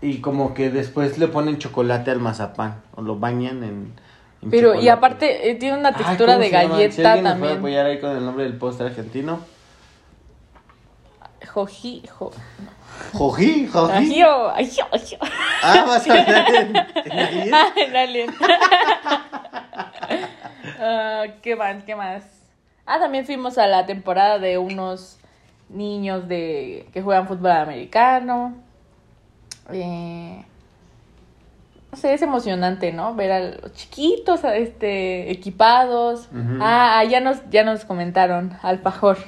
[SPEAKER 3] Y como que después le ponen chocolate al mazapán. O lo bañan en. en
[SPEAKER 2] Pero, y
[SPEAKER 3] chocolate.
[SPEAKER 2] aparte, eh, tiene una
[SPEAKER 3] Ay,
[SPEAKER 2] textura
[SPEAKER 3] ¿cómo
[SPEAKER 2] de
[SPEAKER 3] se llaman? Si
[SPEAKER 2] galleta
[SPEAKER 3] alguien nos puede
[SPEAKER 2] también.
[SPEAKER 3] apoyar ahí con el nombre del postre argentino.
[SPEAKER 2] Jojí, jo-
[SPEAKER 3] Jojí, jojí.
[SPEAKER 2] ajío, ajío, ajío.
[SPEAKER 3] Ah, vas a hablar en, en alien.
[SPEAKER 2] Ah, en Alien. Ah, ¿Qué más? ¿Qué más? Ah, también fuimos a la temporada de unos niños de que juegan fútbol americano. Eh, no sé, es emocionante, ¿no? Ver a los chiquitos a- este, equipados.
[SPEAKER 3] Ujú.
[SPEAKER 2] Ah, ya nos, ya nos comentaron, alfajor.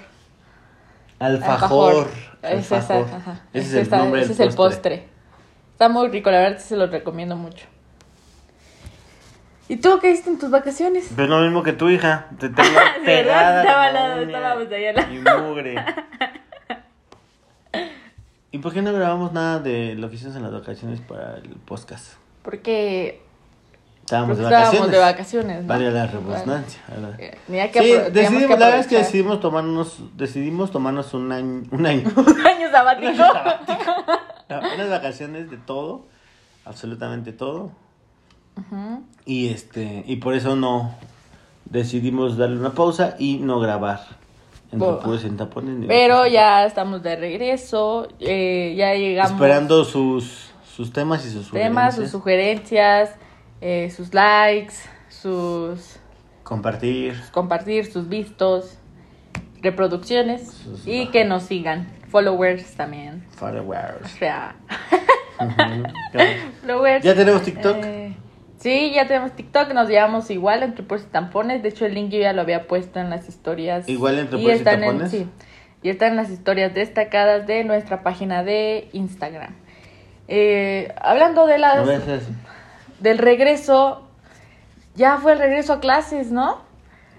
[SPEAKER 3] Alfajor.
[SPEAKER 2] Es esa,
[SPEAKER 3] Alfajor.
[SPEAKER 2] ajá.
[SPEAKER 3] Ese es
[SPEAKER 2] Ese
[SPEAKER 3] el
[SPEAKER 2] está-
[SPEAKER 3] nombre
[SPEAKER 2] ese
[SPEAKER 3] del
[SPEAKER 2] es el postre. Está muy rico, la verdad sí se lo recomiendo mucho. ¿Y tú qué hiciste en tus vacaciones?
[SPEAKER 3] Pues lo mismo que tu hija. Te tengo
[SPEAKER 2] Sí, ¿verdad?
[SPEAKER 3] pegada.
[SPEAKER 2] Estaba
[SPEAKER 3] como
[SPEAKER 2] al lado,
[SPEAKER 3] uña
[SPEAKER 2] estábamos ahí al lado.
[SPEAKER 3] Y mugre. ¿Y por qué no grabamos nada de lo que hicimos en las vacaciones para el podcast?
[SPEAKER 2] Porque,
[SPEAKER 3] Estábamos
[SPEAKER 2] porque
[SPEAKER 3] de vacaciones.
[SPEAKER 2] estábamos de vacaciones, ¿no?
[SPEAKER 3] Vale la
[SPEAKER 2] Bueno,
[SPEAKER 3] redundancia, ¿verdad?
[SPEAKER 2] eh, tenía que
[SPEAKER 3] Sí,
[SPEAKER 2] apro- teníamos
[SPEAKER 3] decidimos, la verdad es que
[SPEAKER 2] aprovechar.
[SPEAKER 3] decidimos tomarnos, decidimos tomarnos un año, un año,
[SPEAKER 2] Un año sabático.
[SPEAKER 3] No, unas vacaciones de todo, absolutamente todo,
[SPEAKER 2] Ujú.
[SPEAKER 3] Y este, y por eso no decidimos darle una pausa y no grabar. En
[SPEAKER 2] Bo-
[SPEAKER 3] Tapuros, en tapones. ni-
[SPEAKER 2] Pero ya estamos de regreso, eh, ya llegamos.
[SPEAKER 3] Esperando sus, sus temas y sus
[SPEAKER 2] temas,
[SPEAKER 3] sugerencias.
[SPEAKER 2] sus sugerencias, eh, sus likes, sus
[SPEAKER 3] Compartir.
[SPEAKER 2] compartir sus vistos, reproducciones
[SPEAKER 3] Sus-
[SPEAKER 2] y que nos sigan. Followers también. O
[SPEAKER 3] Followers.
[SPEAKER 2] sea,
[SPEAKER 3] Ujú. Ya-
[SPEAKER 2] followers.
[SPEAKER 3] ¿Ya tenemos TikTok?
[SPEAKER 2] Eh, sí, ya tenemos TikTok, nos llevamos igual entre puros y tampones. De hecho, el link yo ya lo había puesto en las historias.
[SPEAKER 3] Igual entre
[SPEAKER 2] Y
[SPEAKER 3] puros y
[SPEAKER 2] están en-
[SPEAKER 3] tampones.
[SPEAKER 2] sí, y están en las historias destacadas de nuestra página de Instagram. Eh, hablando de
[SPEAKER 3] No
[SPEAKER 2] las,
[SPEAKER 3] me haces-
[SPEAKER 2] del regreso, ya fue el regreso a clases, ¿no?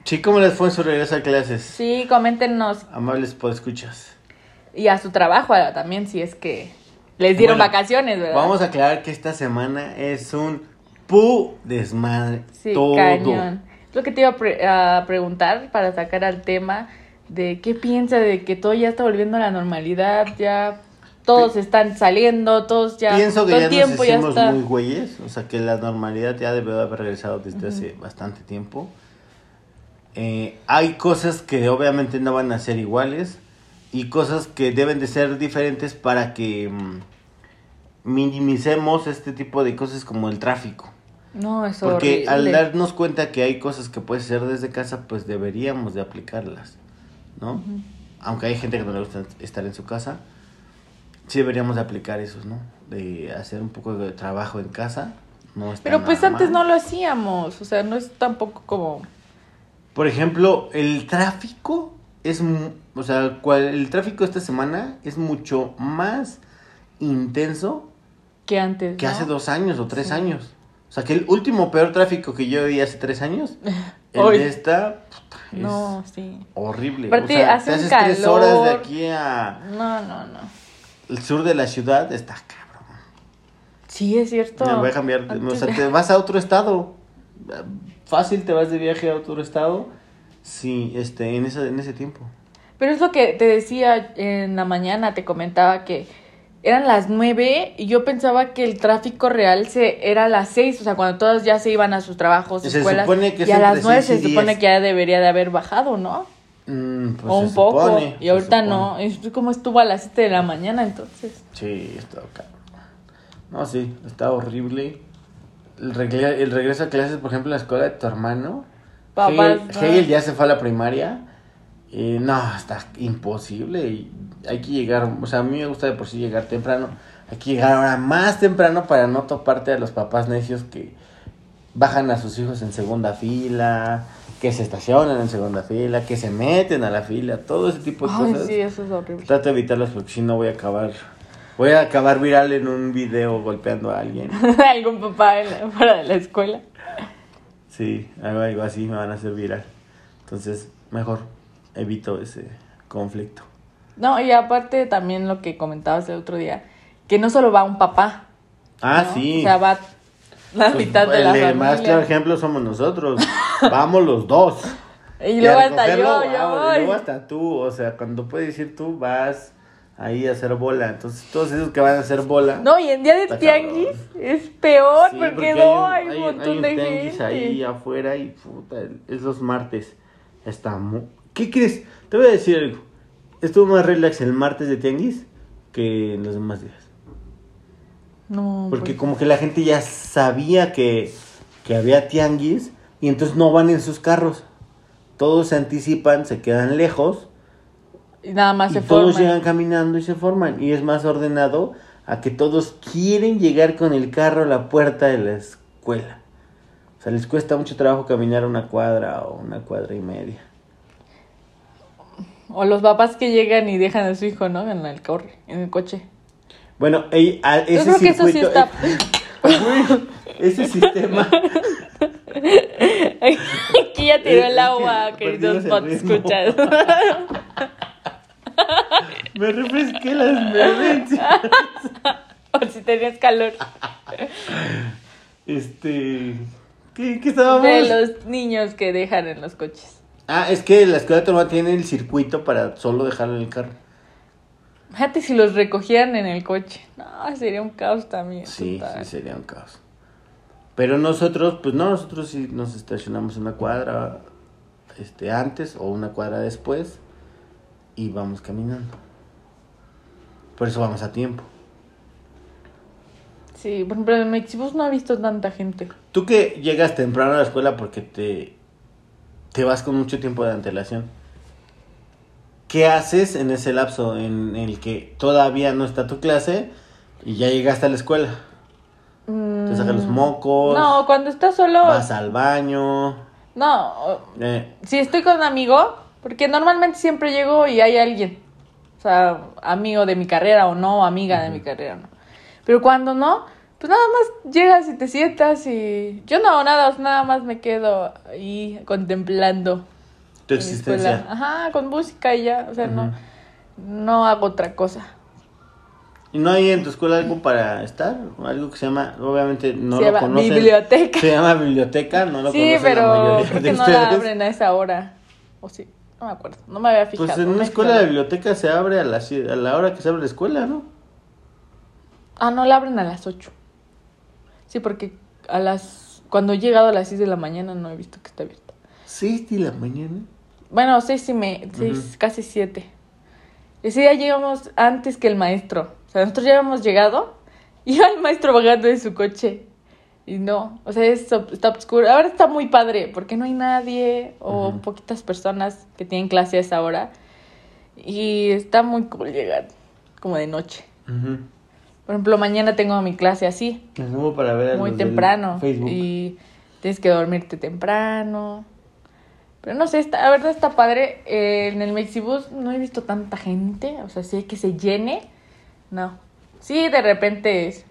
[SPEAKER 3] Sí, ¿cómo les fue en su regreso a clases?
[SPEAKER 2] Sí, coméntenos
[SPEAKER 3] Amables podescuchas.
[SPEAKER 2] Y a su trabajo ah, también, si es que les dieron
[SPEAKER 3] Bueno,
[SPEAKER 2] vacaciones, ¿verdad?
[SPEAKER 3] Vamos a aclarar que esta semana es un pu desmadre.
[SPEAKER 2] Sí,
[SPEAKER 3] todo.
[SPEAKER 2] cañón. Lo que te iba a, pre- a preguntar para sacar al tema de qué piensa de que todo ya está volviendo a la normalidad, ya todos están saliendo, todos ya
[SPEAKER 3] Pienso que
[SPEAKER 2] todo
[SPEAKER 3] ya
[SPEAKER 2] el tiempo
[SPEAKER 3] nos
[SPEAKER 2] ya
[SPEAKER 3] hicimos
[SPEAKER 2] está.
[SPEAKER 3] muy güeyes, o sea que la normalidad ya debió de haber regresado desde hace bastante tiempo. Eh, hay cosas que obviamente no van a ser iguales y cosas que deben de ser diferentes para que mm, minimicemos este tipo de cosas como el tráfico.
[SPEAKER 2] No, es
[SPEAKER 3] Porque
[SPEAKER 2] horrible.
[SPEAKER 3] al darnos cuenta que hay cosas que puedes hacer desde casa, pues deberíamos de aplicarlas, ¿no? Aunque hay gente que no le gusta estar en su casa, sí deberíamos de aplicar eso, ¿no? De hacer un poco de trabajo en casa. No está
[SPEAKER 2] Pero pues
[SPEAKER 3] nada
[SPEAKER 2] antes
[SPEAKER 3] mal.
[SPEAKER 2] no lo hacíamos, o sea, no es tampoco como
[SPEAKER 3] Por ejemplo, el tráfico es... mu- O sea, cual- el tráfico esta semana es mucho más intenso
[SPEAKER 2] que antes.
[SPEAKER 3] que
[SPEAKER 2] ¿no?
[SPEAKER 3] hace dos años o tres
[SPEAKER 2] Sí.
[SPEAKER 3] años. O sea, que el último peor tráfico que yo vi hace tres años, el
[SPEAKER 2] Hoy.
[SPEAKER 3] de esta, puta, es
[SPEAKER 2] No, sí.
[SPEAKER 3] horrible. O
[SPEAKER 2] Aparte,
[SPEAKER 3] sea,
[SPEAKER 2] hace
[SPEAKER 3] te
[SPEAKER 2] un
[SPEAKER 3] haces tres horas de
[SPEAKER 2] calor.
[SPEAKER 3] aquí a
[SPEAKER 2] No, no, no.
[SPEAKER 3] el sur de la ciudad, está cabrón.
[SPEAKER 2] Sí, es cierto.
[SPEAKER 3] Me voy a cambiar, de- o
[SPEAKER 2] Antes
[SPEAKER 3] sea,
[SPEAKER 2] de-
[SPEAKER 3] te vas a otro estado. Fácil te vas de viaje a otro estado. Sí, este, en ese, en ese tiempo.
[SPEAKER 2] Pero es lo que te decía en la mañana, te comentaba que eran las nueve y yo pensaba que el tráfico real se era a las seis, o sea, cuando todos ya se iban a sus trabajos,
[SPEAKER 3] Se
[SPEAKER 2] escuelas.
[SPEAKER 3] supone que es
[SPEAKER 2] y a
[SPEAKER 3] entre
[SPEAKER 2] las nueve
[SPEAKER 3] seis
[SPEAKER 2] se
[SPEAKER 3] y
[SPEAKER 2] supone
[SPEAKER 3] diez.
[SPEAKER 2] que ya debería de haber bajado, ¿no?
[SPEAKER 3] Mm, pues
[SPEAKER 2] o
[SPEAKER 3] se
[SPEAKER 2] un poco.
[SPEAKER 3] supone,
[SPEAKER 2] y
[SPEAKER 3] se
[SPEAKER 2] ahorita no.
[SPEAKER 3] supone.
[SPEAKER 2] Es como estuvo a las siete de la mañana, entonces.
[SPEAKER 3] Sí, está cabrón. No, sí, está horrible. El, regle- el regreso a clases, por ejemplo, en la escuela de tu hermano.
[SPEAKER 2] Papás,
[SPEAKER 3] Hegel,
[SPEAKER 2] ¿no?
[SPEAKER 3] Hegel ya se fue a la primaria. Y no, está imposible. y hay que llegar, o sea, a mí me gusta de por sí llegar temprano. Hay que llegar ahora más temprano para no toparte a los papás necios que bajan a sus hijos en segunda fila, que se estacionan en segunda fila, que se meten a la fila, todo ese tipo de
[SPEAKER 2] Ay,
[SPEAKER 3] cosas.
[SPEAKER 2] sí, eso es horrible.
[SPEAKER 3] Trata de evitarlas porque si no voy a acabar. Voy a acabar viral en un video golpeando a alguien.
[SPEAKER 2] Algún papá en la- fuera de la escuela.
[SPEAKER 3] Sí, algo, algo así me van a hacer viral. Entonces, mejor evito ese conflicto.
[SPEAKER 2] No, y aparte también lo que comentabas el otro día, que no solo va un papá.
[SPEAKER 3] Ah,
[SPEAKER 2] ¿no?
[SPEAKER 3] sí.
[SPEAKER 2] O sea, va la
[SPEAKER 3] Pues,
[SPEAKER 2] mitad de la
[SPEAKER 3] el
[SPEAKER 2] familia.
[SPEAKER 3] más claro ejemplo somos nosotros. Vamos los dos.
[SPEAKER 2] Y luego
[SPEAKER 3] a
[SPEAKER 2] hasta
[SPEAKER 3] recogerlo,
[SPEAKER 2] yo,
[SPEAKER 3] vamos,
[SPEAKER 2] yo
[SPEAKER 3] y luego
[SPEAKER 2] voy.
[SPEAKER 3] hasta tú. O sea, cuando puedes ir tú, vas ahí a hacer bola. Entonces, todos esos que van a hacer bola.
[SPEAKER 2] No, y en día de
[SPEAKER 3] Está
[SPEAKER 2] tianguis
[SPEAKER 3] cabrón.
[SPEAKER 2] es peor
[SPEAKER 3] Sí,
[SPEAKER 2] porque,
[SPEAKER 3] porque
[SPEAKER 2] no
[SPEAKER 3] hay
[SPEAKER 2] hay, un
[SPEAKER 3] un- hay- hay
[SPEAKER 2] montón
[SPEAKER 3] un
[SPEAKER 2] de
[SPEAKER 3] tianguis
[SPEAKER 2] gente.
[SPEAKER 3] ahí ah, afuera y puta, es los martes. Está mu- ¿Qué crees? Te voy a decir algo. Estuvo más relax el martes de tianguis que en los demás días.
[SPEAKER 2] No,
[SPEAKER 3] Porque
[SPEAKER 2] pues,
[SPEAKER 3] como que la gente ya sabía que, que había tianguis y entonces no van en sus carros. Todos se anticipan, se quedan lejos
[SPEAKER 2] y nada más
[SPEAKER 3] y
[SPEAKER 2] se
[SPEAKER 3] todos
[SPEAKER 2] forman.
[SPEAKER 3] llegan caminando y se forman. Y es más ordenado a que todos quieren llegar con el carro a la puerta de la escuela. O sea, les cuesta mucho trabajo caminar una cuadra o una cuadra y media.
[SPEAKER 2] O los papás que llegan y dejan a su hijo, ¿no? En el corre, en el coche.
[SPEAKER 3] Bueno, ey, a- ese
[SPEAKER 2] Yo creo que eso sí
[SPEAKER 3] circuito-
[SPEAKER 2] está.
[SPEAKER 3] Ese sistema.
[SPEAKER 2] Aquí ya tiró
[SPEAKER 3] Es- es
[SPEAKER 2] el
[SPEAKER 3] que
[SPEAKER 2] agua, queridos
[SPEAKER 3] perdimos el ritmo.
[SPEAKER 2] escuchas.
[SPEAKER 3] Me refresqué las nervios.
[SPEAKER 2] Por si tenías calor.
[SPEAKER 3] Este. ¿Qué, qué estábamos?
[SPEAKER 2] De los niños que dejan en los coches.
[SPEAKER 3] Ah, es que la escuela de tu hermano tiene el circuito para solo dejarlo en el carro.
[SPEAKER 2] Fíjate si los recogieran en el coche. No, sería un caos también.
[SPEAKER 3] Sí,
[SPEAKER 2] total.
[SPEAKER 3] sí, sería un caos. Pero nosotros, pues no, nosotros sí nos estacionamos una cuadra este, antes o una cuadra después y vamos caminando. Por eso vamos a tiempo.
[SPEAKER 2] Sí, por ejemplo, en Mexibus no ha visto tanta gente.
[SPEAKER 3] Tú que llegas temprano a la escuela porque te te vas con mucho tiempo de antelación. ¿Qué haces en ese lapso en el que todavía no está tu clase y ya llegaste a la escuela? Te sacas los mocos,
[SPEAKER 2] Mm, No, cuando estás solo.
[SPEAKER 3] vas al baño.
[SPEAKER 2] No,
[SPEAKER 3] eh,
[SPEAKER 2] si estoy con un amigo, porque normalmente siempre llego y hay alguien. O sea, amigo de mi carrera o no, amiga de mi carrera no. Pero cuando no, pues nada más llegas y te sientas y yo no hago nada, o sea, nada más me quedo ahí contemplando
[SPEAKER 3] tu
[SPEAKER 2] mi escuela.
[SPEAKER 3] existencia.
[SPEAKER 2] Ajá, con música y ya, o sea, no
[SPEAKER 3] Ujú.
[SPEAKER 2] no hago otra cosa.
[SPEAKER 3] ¿Y no hay en tu escuela algo para estar? Algo que se llama, obviamente no
[SPEAKER 2] Se
[SPEAKER 3] lo
[SPEAKER 2] llama
[SPEAKER 3] conocen.
[SPEAKER 2] biblioteca.
[SPEAKER 3] Se llama biblioteca, no lo
[SPEAKER 2] Sí,
[SPEAKER 3] conocen la
[SPEAKER 2] pero
[SPEAKER 3] mayoría
[SPEAKER 2] creo
[SPEAKER 3] de
[SPEAKER 2] que no la
[SPEAKER 3] ustedes.
[SPEAKER 2] abren a esa hora. O sí, no me acuerdo, no me había fijado.
[SPEAKER 3] Pues en una escuela la biblioteca se abre a la, a la hora que se abre la escuela, ¿no?
[SPEAKER 2] Ah, no, la abren a las 8. Sí, porque a las cuando he llegado a las 6 de la mañana no he visto que está abierta.
[SPEAKER 3] ¿Seis de la mañana?
[SPEAKER 2] Bueno, 6 y me, seis,
[SPEAKER 3] Ujú.
[SPEAKER 2] casi 7. Ese día llegamos antes que el maestro. O sea, nosotros ya habíamos llegado y iba el maestro vagando en su coche. Y no, o sea, es ob- está oscuro. Ahora está muy padre porque no hay nadie o
[SPEAKER 3] Ujú.
[SPEAKER 2] poquitas personas que tienen clase a esa hora. Y está muy cool llegar, como de noche.
[SPEAKER 3] Ujú.
[SPEAKER 2] Por ejemplo, mañana tengo mi clase así.
[SPEAKER 3] Me subo para ver a
[SPEAKER 2] muy
[SPEAKER 3] los del
[SPEAKER 2] temprano
[SPEAKER 3] Facebook.
[SPEAKER 2] y tienes que dormirte temprano. Pero no sé, está, la verdad está padre. Eh, en el Mexibus no he visto tanta gente, o sea, sí que se llene. No. Sí, de repente es-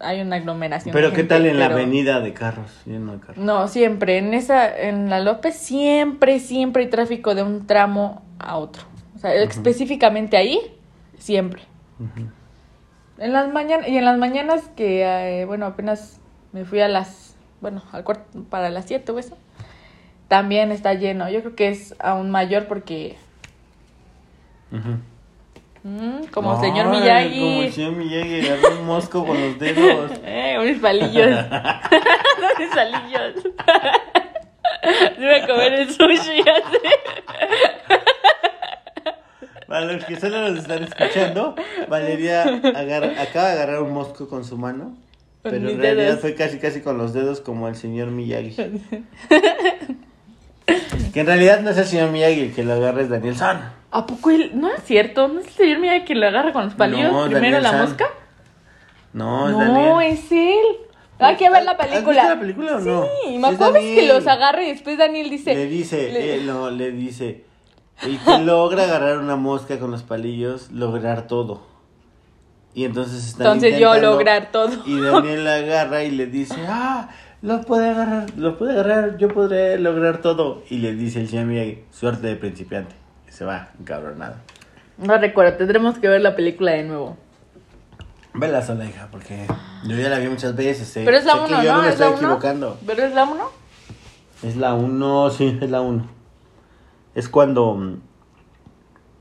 [SPEAKER 2] hay una aglomeración. de
[SPEAKER 3] Pero ¿qué
[SPEAKER 2] gente,
[SPEAKER 3] tal en la
[SPEAKER 2] pero-
[SPEAKER 3] avenida de carros? Lleno de carros.
[SPEAKER 2] No, siempre. En esa, en la López siempre, siempre hay tráfico de un tramo a otro. O sea, específicamente ahí, siempre.
[SPEAKER 3] Ujú.
[SPEAKER 2] En las mañanas, y en las mañanas que, eh, bueno, apenas me fui a las, bueno, al cuarto, para las 7 o eso, también está lleno. Yo creo que es aún mayor porque,
[SPEAKER 3] Ujú.
[SPEAKER 2] mm, como
[SPEAKER 3] Ay,
[SPEAKER 2] señor
[SPEAKER 3] Como
[SPEAKER 2] Miyagi,
[SPEAKER 3] el señor Miyagi, agarró un mosco con los dedos.
[SPEAKER 2] eh, unos palillos, unos palillos. Se iba a comer el sushi así.
[SPEAKER 3] Para los que solo nos están escuchando, Valeria agarra- acaba de agarrar un mosco con su mano.
[SPEAKER 2] Con
[SPEAKER 3] Pero en
[SPEAKER 2] mis
[SPEAKER 3] realidad
[SPEAKER 2] dedos.
[SPEAKER 3] fue casi casi con los dedos como el señor Miyagi. que en realidad no es el señor Miyagi el que lo agarra es Daniel San.
[SPEAKER 2] ¿A poco él? No es cierto, no es el señor Miyagi que lo agarra con los palillos
[SPEAKER 3] No,
[SPEAKER 2] primero
[SPEAKER 3] Daniel
[SPEAKER 2] la
[SPEAKER 3] San.
[SPEAKER 2] mosca.
[SPEAKER 3] No, es
[SPEAKER 2] No,
[SPEAKER 3] Daniel.
[SPEAKER 2] es él. Hay que ver la
[SPEAKER 3] ¿Has visto
[SPEAKER 2] película.
[SPEAKER 3] la película o no?
[SPEAKER 2] Sí, me
[SPEAKER 3] Es
[SPEAKER 2] acuerdo es que
[SPEAKER 3] Daniel.
[SPEAKER 2] los agarra y después Daniel dice.
[SPEAKER 3] le dice,
[SPEAKER 2] le-
[SPEAKER 3] eh, no, le dice, el que logra agarrar una mosca con los palillos, lograr todo. Y entonces están
[SPEAKER 2] entonces yo
[SPEAKER 3] intentando-
[SPEAKER 2] lograr todo.
[SPEAKER 3] Y Daniel la agarra y le dice, ah, lo puede agarrar, lo puede agarrar, yo podré lograr todo. Y le dice el señor Miyagi, suerte de principiante. Y se va, encabronado.
[SPEAKER 2] No recuerdo, tendremos que ver la película de nuevo.
[SPEAKER 3] Vela sola, hija, porque yo ya la vi muchas veces. sé-
[SPEAKER 2] Pero es la
[SPEAKER 3] sé que
[SPEAKER 2] 1,
[SPEAKER 3] yo
[SPEAKER 2] ¿no?
[SPEAKER 3] no me
[SPEAKER 2] ¿Es
[SPEAKER 3] estoy
[SPEAKER 2] la uno?
[SPEAKER 3] equivocando.
[SPEAKER 2] ¿Pero es la 1?
[SPEAKER 3] Es la 1, sí, es la 1. Es cuando... mm,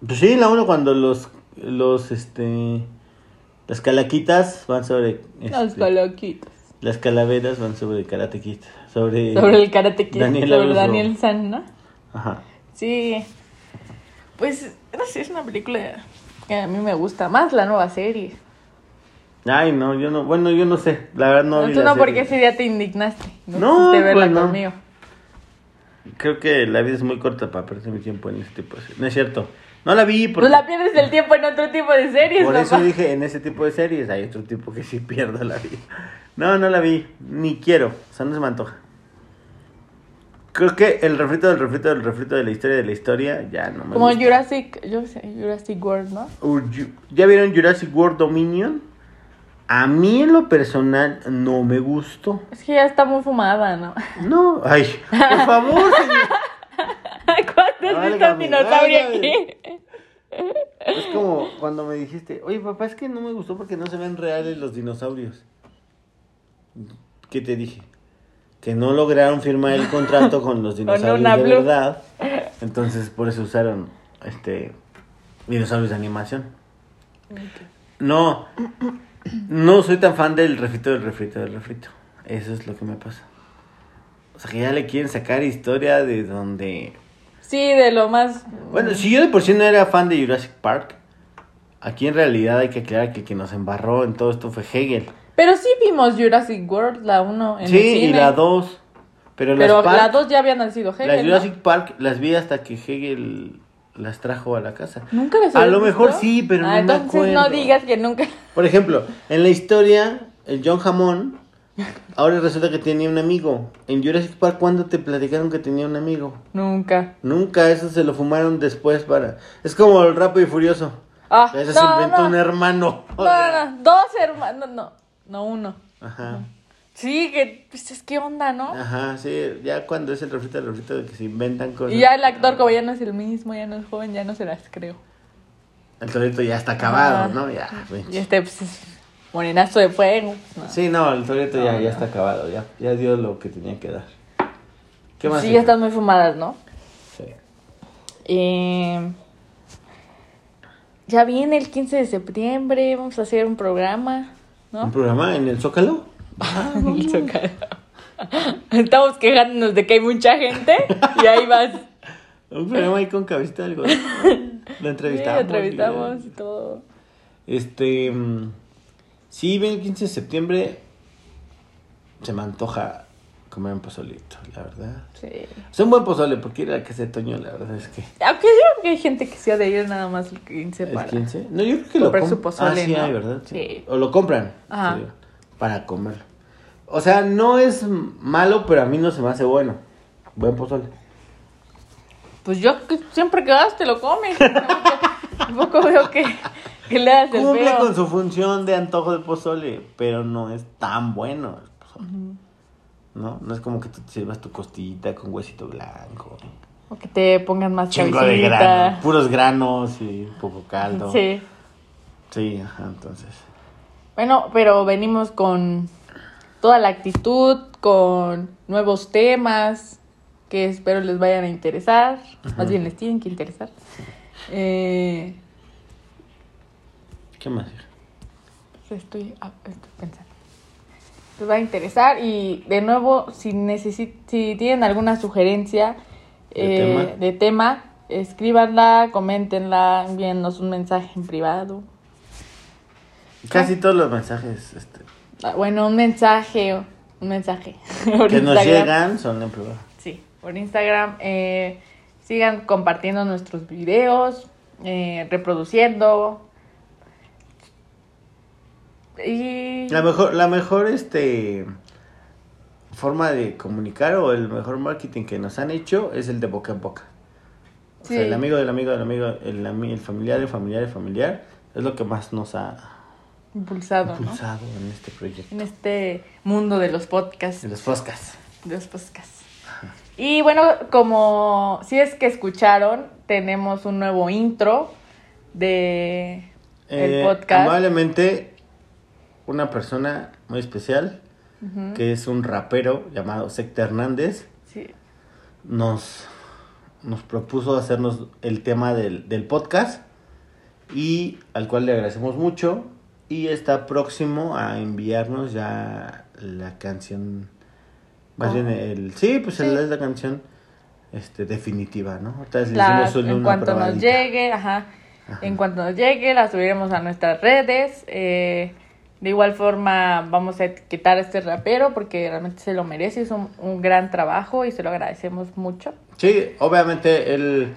[SPEAKER 3] Pues sí, la 1 cuando los... Los, este... Las calaquitas van sobre...
[SPEAKER 2] Los
[SPEAKER 3] este,
[SPEAKER 2] coloquitos.
[SPEAKER 3] las calaveras van sobre Karate Kid. Sobre...
[SPEAKER 2] Sobre el karate Kid,
[SPEAKER 3] Daniel
[SPEAKER 2] sobre
[SPEAKER 3] Aruso.
[SPEAKER 2] Daniel San, ¿no?
[SPEAKER 3] Ajá.
[SPEAKER 2] Sí. Pues, no sé, es una película que a mí me gusta. Más la nueva serie.
[SPEAKER 3] Ay, no, yo no... Bueno, yo no sé. La verdad no
[SPEAKER 2] No,
[SPEAKER 3] vi
[SPEAKER 2] tú
[SPEAKER 3] la
[SPEAKER 2] no, porque ese
[SPEAKER 3] serie.
[SPEAKER 2] día te indignaste. No,
[SPEAKER 3] No,
[SPEAKER 2] quisiste verla
[SPEAKER 3] pues no.
[SPEAKER 2] conmigo.
[SPEAKER 3] Creo que la vida es muy corta para perder mi tiempo en este tipo de series. No es cierto. No la vi porque...
[SPEAKER 2] Pues la pierdes el tiempo en otro tipo de series,
[SPEAKER 3] Por eso
[SPEAKER 2] papá.
[SPEAKER 3] dije, en ese tipo de series hay otro tipo que sí pierdo la vida. No, no la vi, ni quiero, o sea, no se me antoja. Creo que el refrito del refrito del refrito de la historia de la historia ya no me
[SPEAKER 2] Como
[SPEAKER 3] gusta.
[SPEAKER 2] Jurassic, yo sé, Jurassic World, ¿no?
[SPEAKER 3] O Ju- ¿Ya vieron Jurassic World Dominion? A mí en lo personal no me gustó.
[SPEAKER 2] Es que ya está muy fumada, ¿no?
[SPEAKER 3] No, ay, por favor, señor.
[SPEAKER 2] ¿Cuánto has visto un
[SPEAKER 3] Válgame,
[SPEAKER 2] dinosaurio aquí?
[SPEAKER 3] válgame. Es como cuando me dijiste, oye papá, es que no me gustó porque no se ven reales los dinosaurios. ¿Qué te dije? Que no lograron firmar el contrato con los dinosaurios
[SPEAKER 2] una
[SPEAKER 3] de
[SPEAKER 2] blue.
[SPEAKER 3] verdad. Entonces por eso usaron este dinosaurios de animación. No, no soy tan fan del refrito del refrito del refrito. Eso es lo que me pasa. O sea que ya le quieren sacar historia de donde
[SPEAKER 2] Sí, de lo más.
[SPEAKER 3] bueno, si yo de por sí no era fan de Jurassic Park, aquí en realidad hay que aclarar que el que nos embarró en todo esto fue Hegel.
[SPEAKER 2] Pero sí vimos Jurassic World, la 1 en
[SPEAKER 3] sí,
[SPEAKER 2] el cine.
[SPEAKER 3] y la 2. Pero,
[SPEAKER 2] Pero
[SPEAKER 3] las, Park-
[SPEAKER 2] las dos ya habían nacido Hegel.
[SPEAKER 3] las
[SPEAKER 2] ¿no?
[SPEAKER 3] Jurassic Park las vi hasta que Hegel las trajo a la casa.
[SPEAKER 2] Nunca las
[SPEAKER 3] A
[SPEAKER 2] habías
[SPEAKER 3] lo mejor
[SPEAKER 2] visto?
[SPEAKER 3] sí, pero
[SPEAKER 2] Ah,
[SPEAKER 3] no me
[SPEAKER 2] entonces no
[SPEAKER 3] acuerdo.
[SPEAKER 2] digas que nunca.
[SPEAKER 3] Por ejemplo, en la historia, el John Jamón, ahora resulta que tenía un amigo. En Jurassic Park, ¿cuándo te platicaron que tenía un amigo?
[SPEAKER 2] Nunca.
[SPEAKER 3] Nunca, eso se lo fumaron después para... Es como el Rápido y Furioso.
[SPEAKER 2] Ah,
[SPEAKER 3] Eso se
[SPEAKER 2] no,
[SPEAKER 3] inventó
[SPEAKER 2] no.
[SPEAKER 3] un hermano.
[SPEAKER 2] No, no, no, dos hermanos, no, no uno.
[SPEAKER 3] Ajá,
[SPEAKER 2] Sí, que pues es que onda, ¿no?
[SPEAKER 3] ajá, sí, ya cuando es el refrito, el refrito de que se inventan cosas.
[SPEAKER 2] Y ya el actor como ya no es el mismo, ya no es joven, ya no se las creo.
[SPEAKER 3] El torito ya está acabado,
[SPEAKER 2] Ajá.
[SPEAKER 3] ¿no? Ya, pinche.
[SPEAKER 2] Y este pues es morenazo de fuego. pues, no.
[SPEAKER 3] Sí, no, el torito ya,
[SPEAKER 2] Ah.
[SPEAKER 3] ya está acabado, ya, ya dio lo que tenía que dar. ¿Qué más?
[SPEAKER 2] sí,
[SPEAKER 3] hizo?
[SPEAKER 2] ya están muy fumadas, ¿no?
[SPEAKER 3] Sí.
[SPEAKER 2] Eh, ya viene el 15 de septiembre, vamos a hacer un programa,
[SPEAKER 3] ¿Un
[SPEAKER 2] ¿no?
[SPEAKER 3] programa en el Zócalo?
[SPEAKER 2] El Zócalo. Estamos quejándonos de que hay mucha gente y ahí vas.
[SPEAKER 3] Un programa ahí con cabecita algo. Lo
[SPEAKER 2] Sí,
[SPEAKER 3] entrevistamos.
[SPEAKER 2] lo entrevistamos y todo.
[SPEAKER 3] Este. mm, Sí, ven el 15 de septiembre. Se me antoja comer un pozolito, la verdad.
[SPEAKER 2] Sí.
[SPEAKER 3] Es un buen pozole, porque ir a la casa de Toño, la verdad es que.
[SPEAKER 2] Aunque yo creo que hay gente que se ha de ir nada más el 15
[SPEAKER 3] ¿El
[SPEAKER 2] para.
[SPEAKER 3] 15? No, yo creo que lo
[SPEAKER 2] Comprar su
[SPEAKER 3] comp-
[SPEAKER 2] pozole,
[SPEAKER 3] Ah, sí,
[SPEAKER 2] ¿no?
[SPEAKER 3] hay, ¿verdad? Sí.
[SPEAKER 2] Sí.
[SPEAKER 3] O lo compran.
[SPEAKER 2] Ajá.
[SPEAKER 3] sí, para comerlo. O sea, no es malo, pero a mí no se me hace bueno. Buen pozole.
[SPEAKER 2] Pues yo que siempre que vas te lo comes. Tampoco veo que, que le hagas el
[SPEAKER 3] Cumple
[SPEAKER 2] feo.
[SPEAKER 3] con su función de antojo de pozole, pero no es tan bueno el pozole. ¿No? No es como que tú te sirvas tu costillita con huesito blanco.
[SPEAKER 2] O que te pongan más
[SPEAKER 3] Chingo de
[SPEAKER 2] cabecita.
[SPEAKER 3] granos, puros granos y un poco caldo.
[SPEAKER 2] Sí.
[SPEAKER 3] Sí, ajá, entonces.
[SPEAKER 2] Bueno, pero venimos con toda la actitud, con nuevos temas que espero les vayan a interesar. Más bien les tienen que interesar. Eh,
[SPEAKER 3] ¿Qué más? hija?
[SPEAKER 2] Ah. Estoy, ah, estoy pensando. Les va a interesar y de nuevo, si, necesi- si tienen alguna sugerencia
[SPEAKER 3] ¿De
[SPEAKER 2] eh,
[SPEAKER 3] tema?
[SPEAKER 2] de tema, escríbanla, coméntenla, envíennos un mensaje en privado.
[SPEAKER 3] Casi todos los mensajes este,
[SPEAKER 2] Ah, Bueno, un mensaje, un mensaje. por
[SPEAKER 3] que nos
[SPEAKER 2] Instagram.
[SPEAKER 3] llegan son en privado.
[SPEAKER 2] Sí, por Instagram. eh, sigan compartiendo nuestros videos, eh, reproduciendo. Y...
[SPEAKER 3] La mejor, la mejor este forma de comunicar o el mejor marketing que nos han hecho es el de boca en boca. O sea,
[SPEAKER 2] Sí.
[SPEAKER 3] el amigo del amigo del amigo, el, ami- el familiar, el familiar, el familiar, es lo que más nos ha
[SPEAKER 2] Impulsado, ¿no?
[SPEAKER 3] impulsado en este proyecto.
[SPEAKER 2] en este mundo de los podcasts.
[SPEAKER 3] En los podcasts.
[SPEAKER 2] De los podcasts. Y bueno, como si es que escucharon, tenemos un nuevo intro de
[SPEAKER 3] Eh,
[SPEAKER 2] el podcast.
[SPEAKER 3] Amablemente, una persona muy especial,
[SPEAKER 2] Ujú.
[SPEAKER 3] que es un rapero llamado Secta Hernández,
[SPEAKER 2] Sí.
[SPEAKER 3] nos, nos propuso hacernos el tema del, del podcast y al cual le agradecemos mucho y está próximo a enviarnos ya la canción, más
[SPEAKER 2] Oh.
[SPEAKER 3] bien el, sí, pues el-
[SPEAKER 2] Sí.
[SPEAKER 3] es la canción este, definitiva, ¿no? Ahorita le
[SPEAKER 2] La-
[SPEAKER 3] hicimos solo
[SPEAKER 2] en
[SPEAKER 3] una
[SPEAKER 2] cuanto nos
[SPEAKER 3] probadita.
[SPEAKER 2] llegue, ajá, En cuanto nos llegue, la subiremos a nuestras redes. eh, de igual forma, vamos a etiquetar a este rapero porque realmente se lo merece. Hizo un, un gran trabajo y se lo agradecemos mucho.
[SPEAKER 3] Sí, obviamente él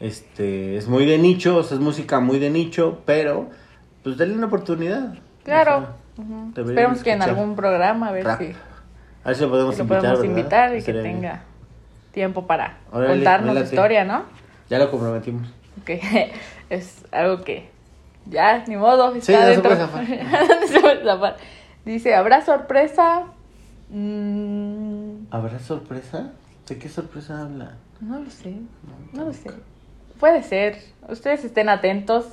[SPEAKER 3] este, es muy de nicho, o sea, es música muy de nicho, pero pues denle una oportunidad.
[SPEAKER 2] Claro.
[SPEAKER 3] O sea,
[SPEAKER 2] Ujú.
[SPEAKER 3] deberían
[SPEAKER 2] Esperemos que en
[SPEAKER 3] escuchar.
[SPEAKER 2] algún programa, a ver
[SPEAKER 3] Rap.
[SPEAKER 2] si.
[SPEAKER 3] A ver si lo podemos
[SPEAKER 2] que lo
[SPEAKER 3] invitar.
[SPEAKER 2] podemos
[SPEAKER 3] ¿verdad?
[SPEAKER 2] invitar y que
[SPEAKER 3] Estaría bien.
[SPEAKER 2] tenga tiempo para
[SPEAKER 3] Órale,
[SPEAKER 2] contarnos su
[SPEAKER 3] adelante.
[SPEAKER 2] historia, ¿no?
[SPEAKER 3] Ya lo comprometimos.
[SPEAKER 2] Que es algo que ya, ni modo,
[SPEAKER 3] Sí,
[SPEAKER 2] está
[SPEAKER 3] ya se
[SPEAKER 2] dentro.
[SPEAKER 3] puede zafar.
[SPEAKER 2] Ya se puede zafar. Dice, ¿habrá sorpresa? Mm,
[SPEAKER 3] ¿Habrá sorpresa? ¿De qué sorpresa habla?
[SPEAKER 2] no lo sé, no lo sé. Puede ser. Ustedes estén atentos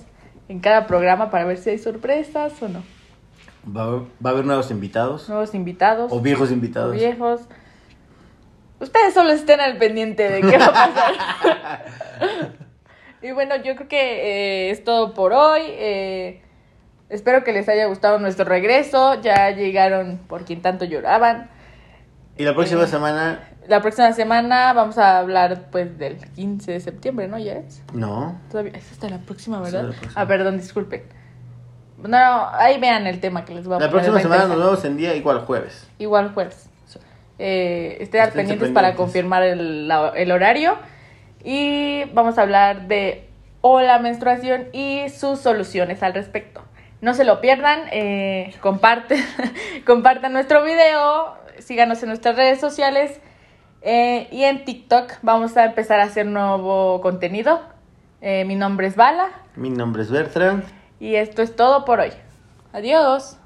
[SPEAKER 2] en cada programa para ver si hay sorpresas o no.
[SPEAKER 3] ¿Va a haber, va a haber nuevos invitados?
[SPEAKER 2] Nuevos invitados.
[SPEAKER 3] ¿O viejos invitados?
[SPEAKER 2] viejos. Ustedes solo estén al pendiente de qué va a pasar. y bueno, yo creo que eh, es todo por hoy. Eh, espero que les haya gustado nuestro regreso. Ya llegaron por quien tanto lloraban.
[SPEAKER 3] Y la próxima
[SPEAKER 2] Eh.
[SPEAKER 3] semana,
[SPEAKER 2] La próxima semana vamos a hablar pues del 15 de septiembre, ¿no? ¿Ya es?
[SPEAKER 3] no.
[SPEAKER 2] Todavía es hasta la próxima,
[SPEAKER 3] Hasta
[SPEAKER 2] ¿verdad?
[SPEAKER 3] la próxima.
[SPEAKER 2] Ah, perdón, disculpen. No, ahí vean el tema que les voy a
[SPEAKER 3] La
[SPEAKER 2] poner, les va
[SPEAKER 3] próxima
[SPEAKER 2] a
[SPEAKER 3] semana
[SPEAKER 2] interesar.
[SPEAKER 3] nos vemos en día igual jueves.
[SPEAKER 2] Igual jueves. Eh, estén al
[SPEAKER 3] Esténse
[SPEAKER 2] pendientes para
[SPEAKER 3] pendientes.
[SPEAKER 2] confirmar el, la- el horario. Y vamos a hablar de o la menstruación y sus soluciones al respecto. No se lo pierdan, eh, comparten, compartan nuestro video, síganos en nuestras redes sociales eh, y en TikTok vamos a empezar a hacer nuevo contenido. Eh, mi nombre es Bala
[SPEAKER 3] Mi nombre es Bertrand.
[SPEAKER 2] y esto es todo por hoy. Adiós.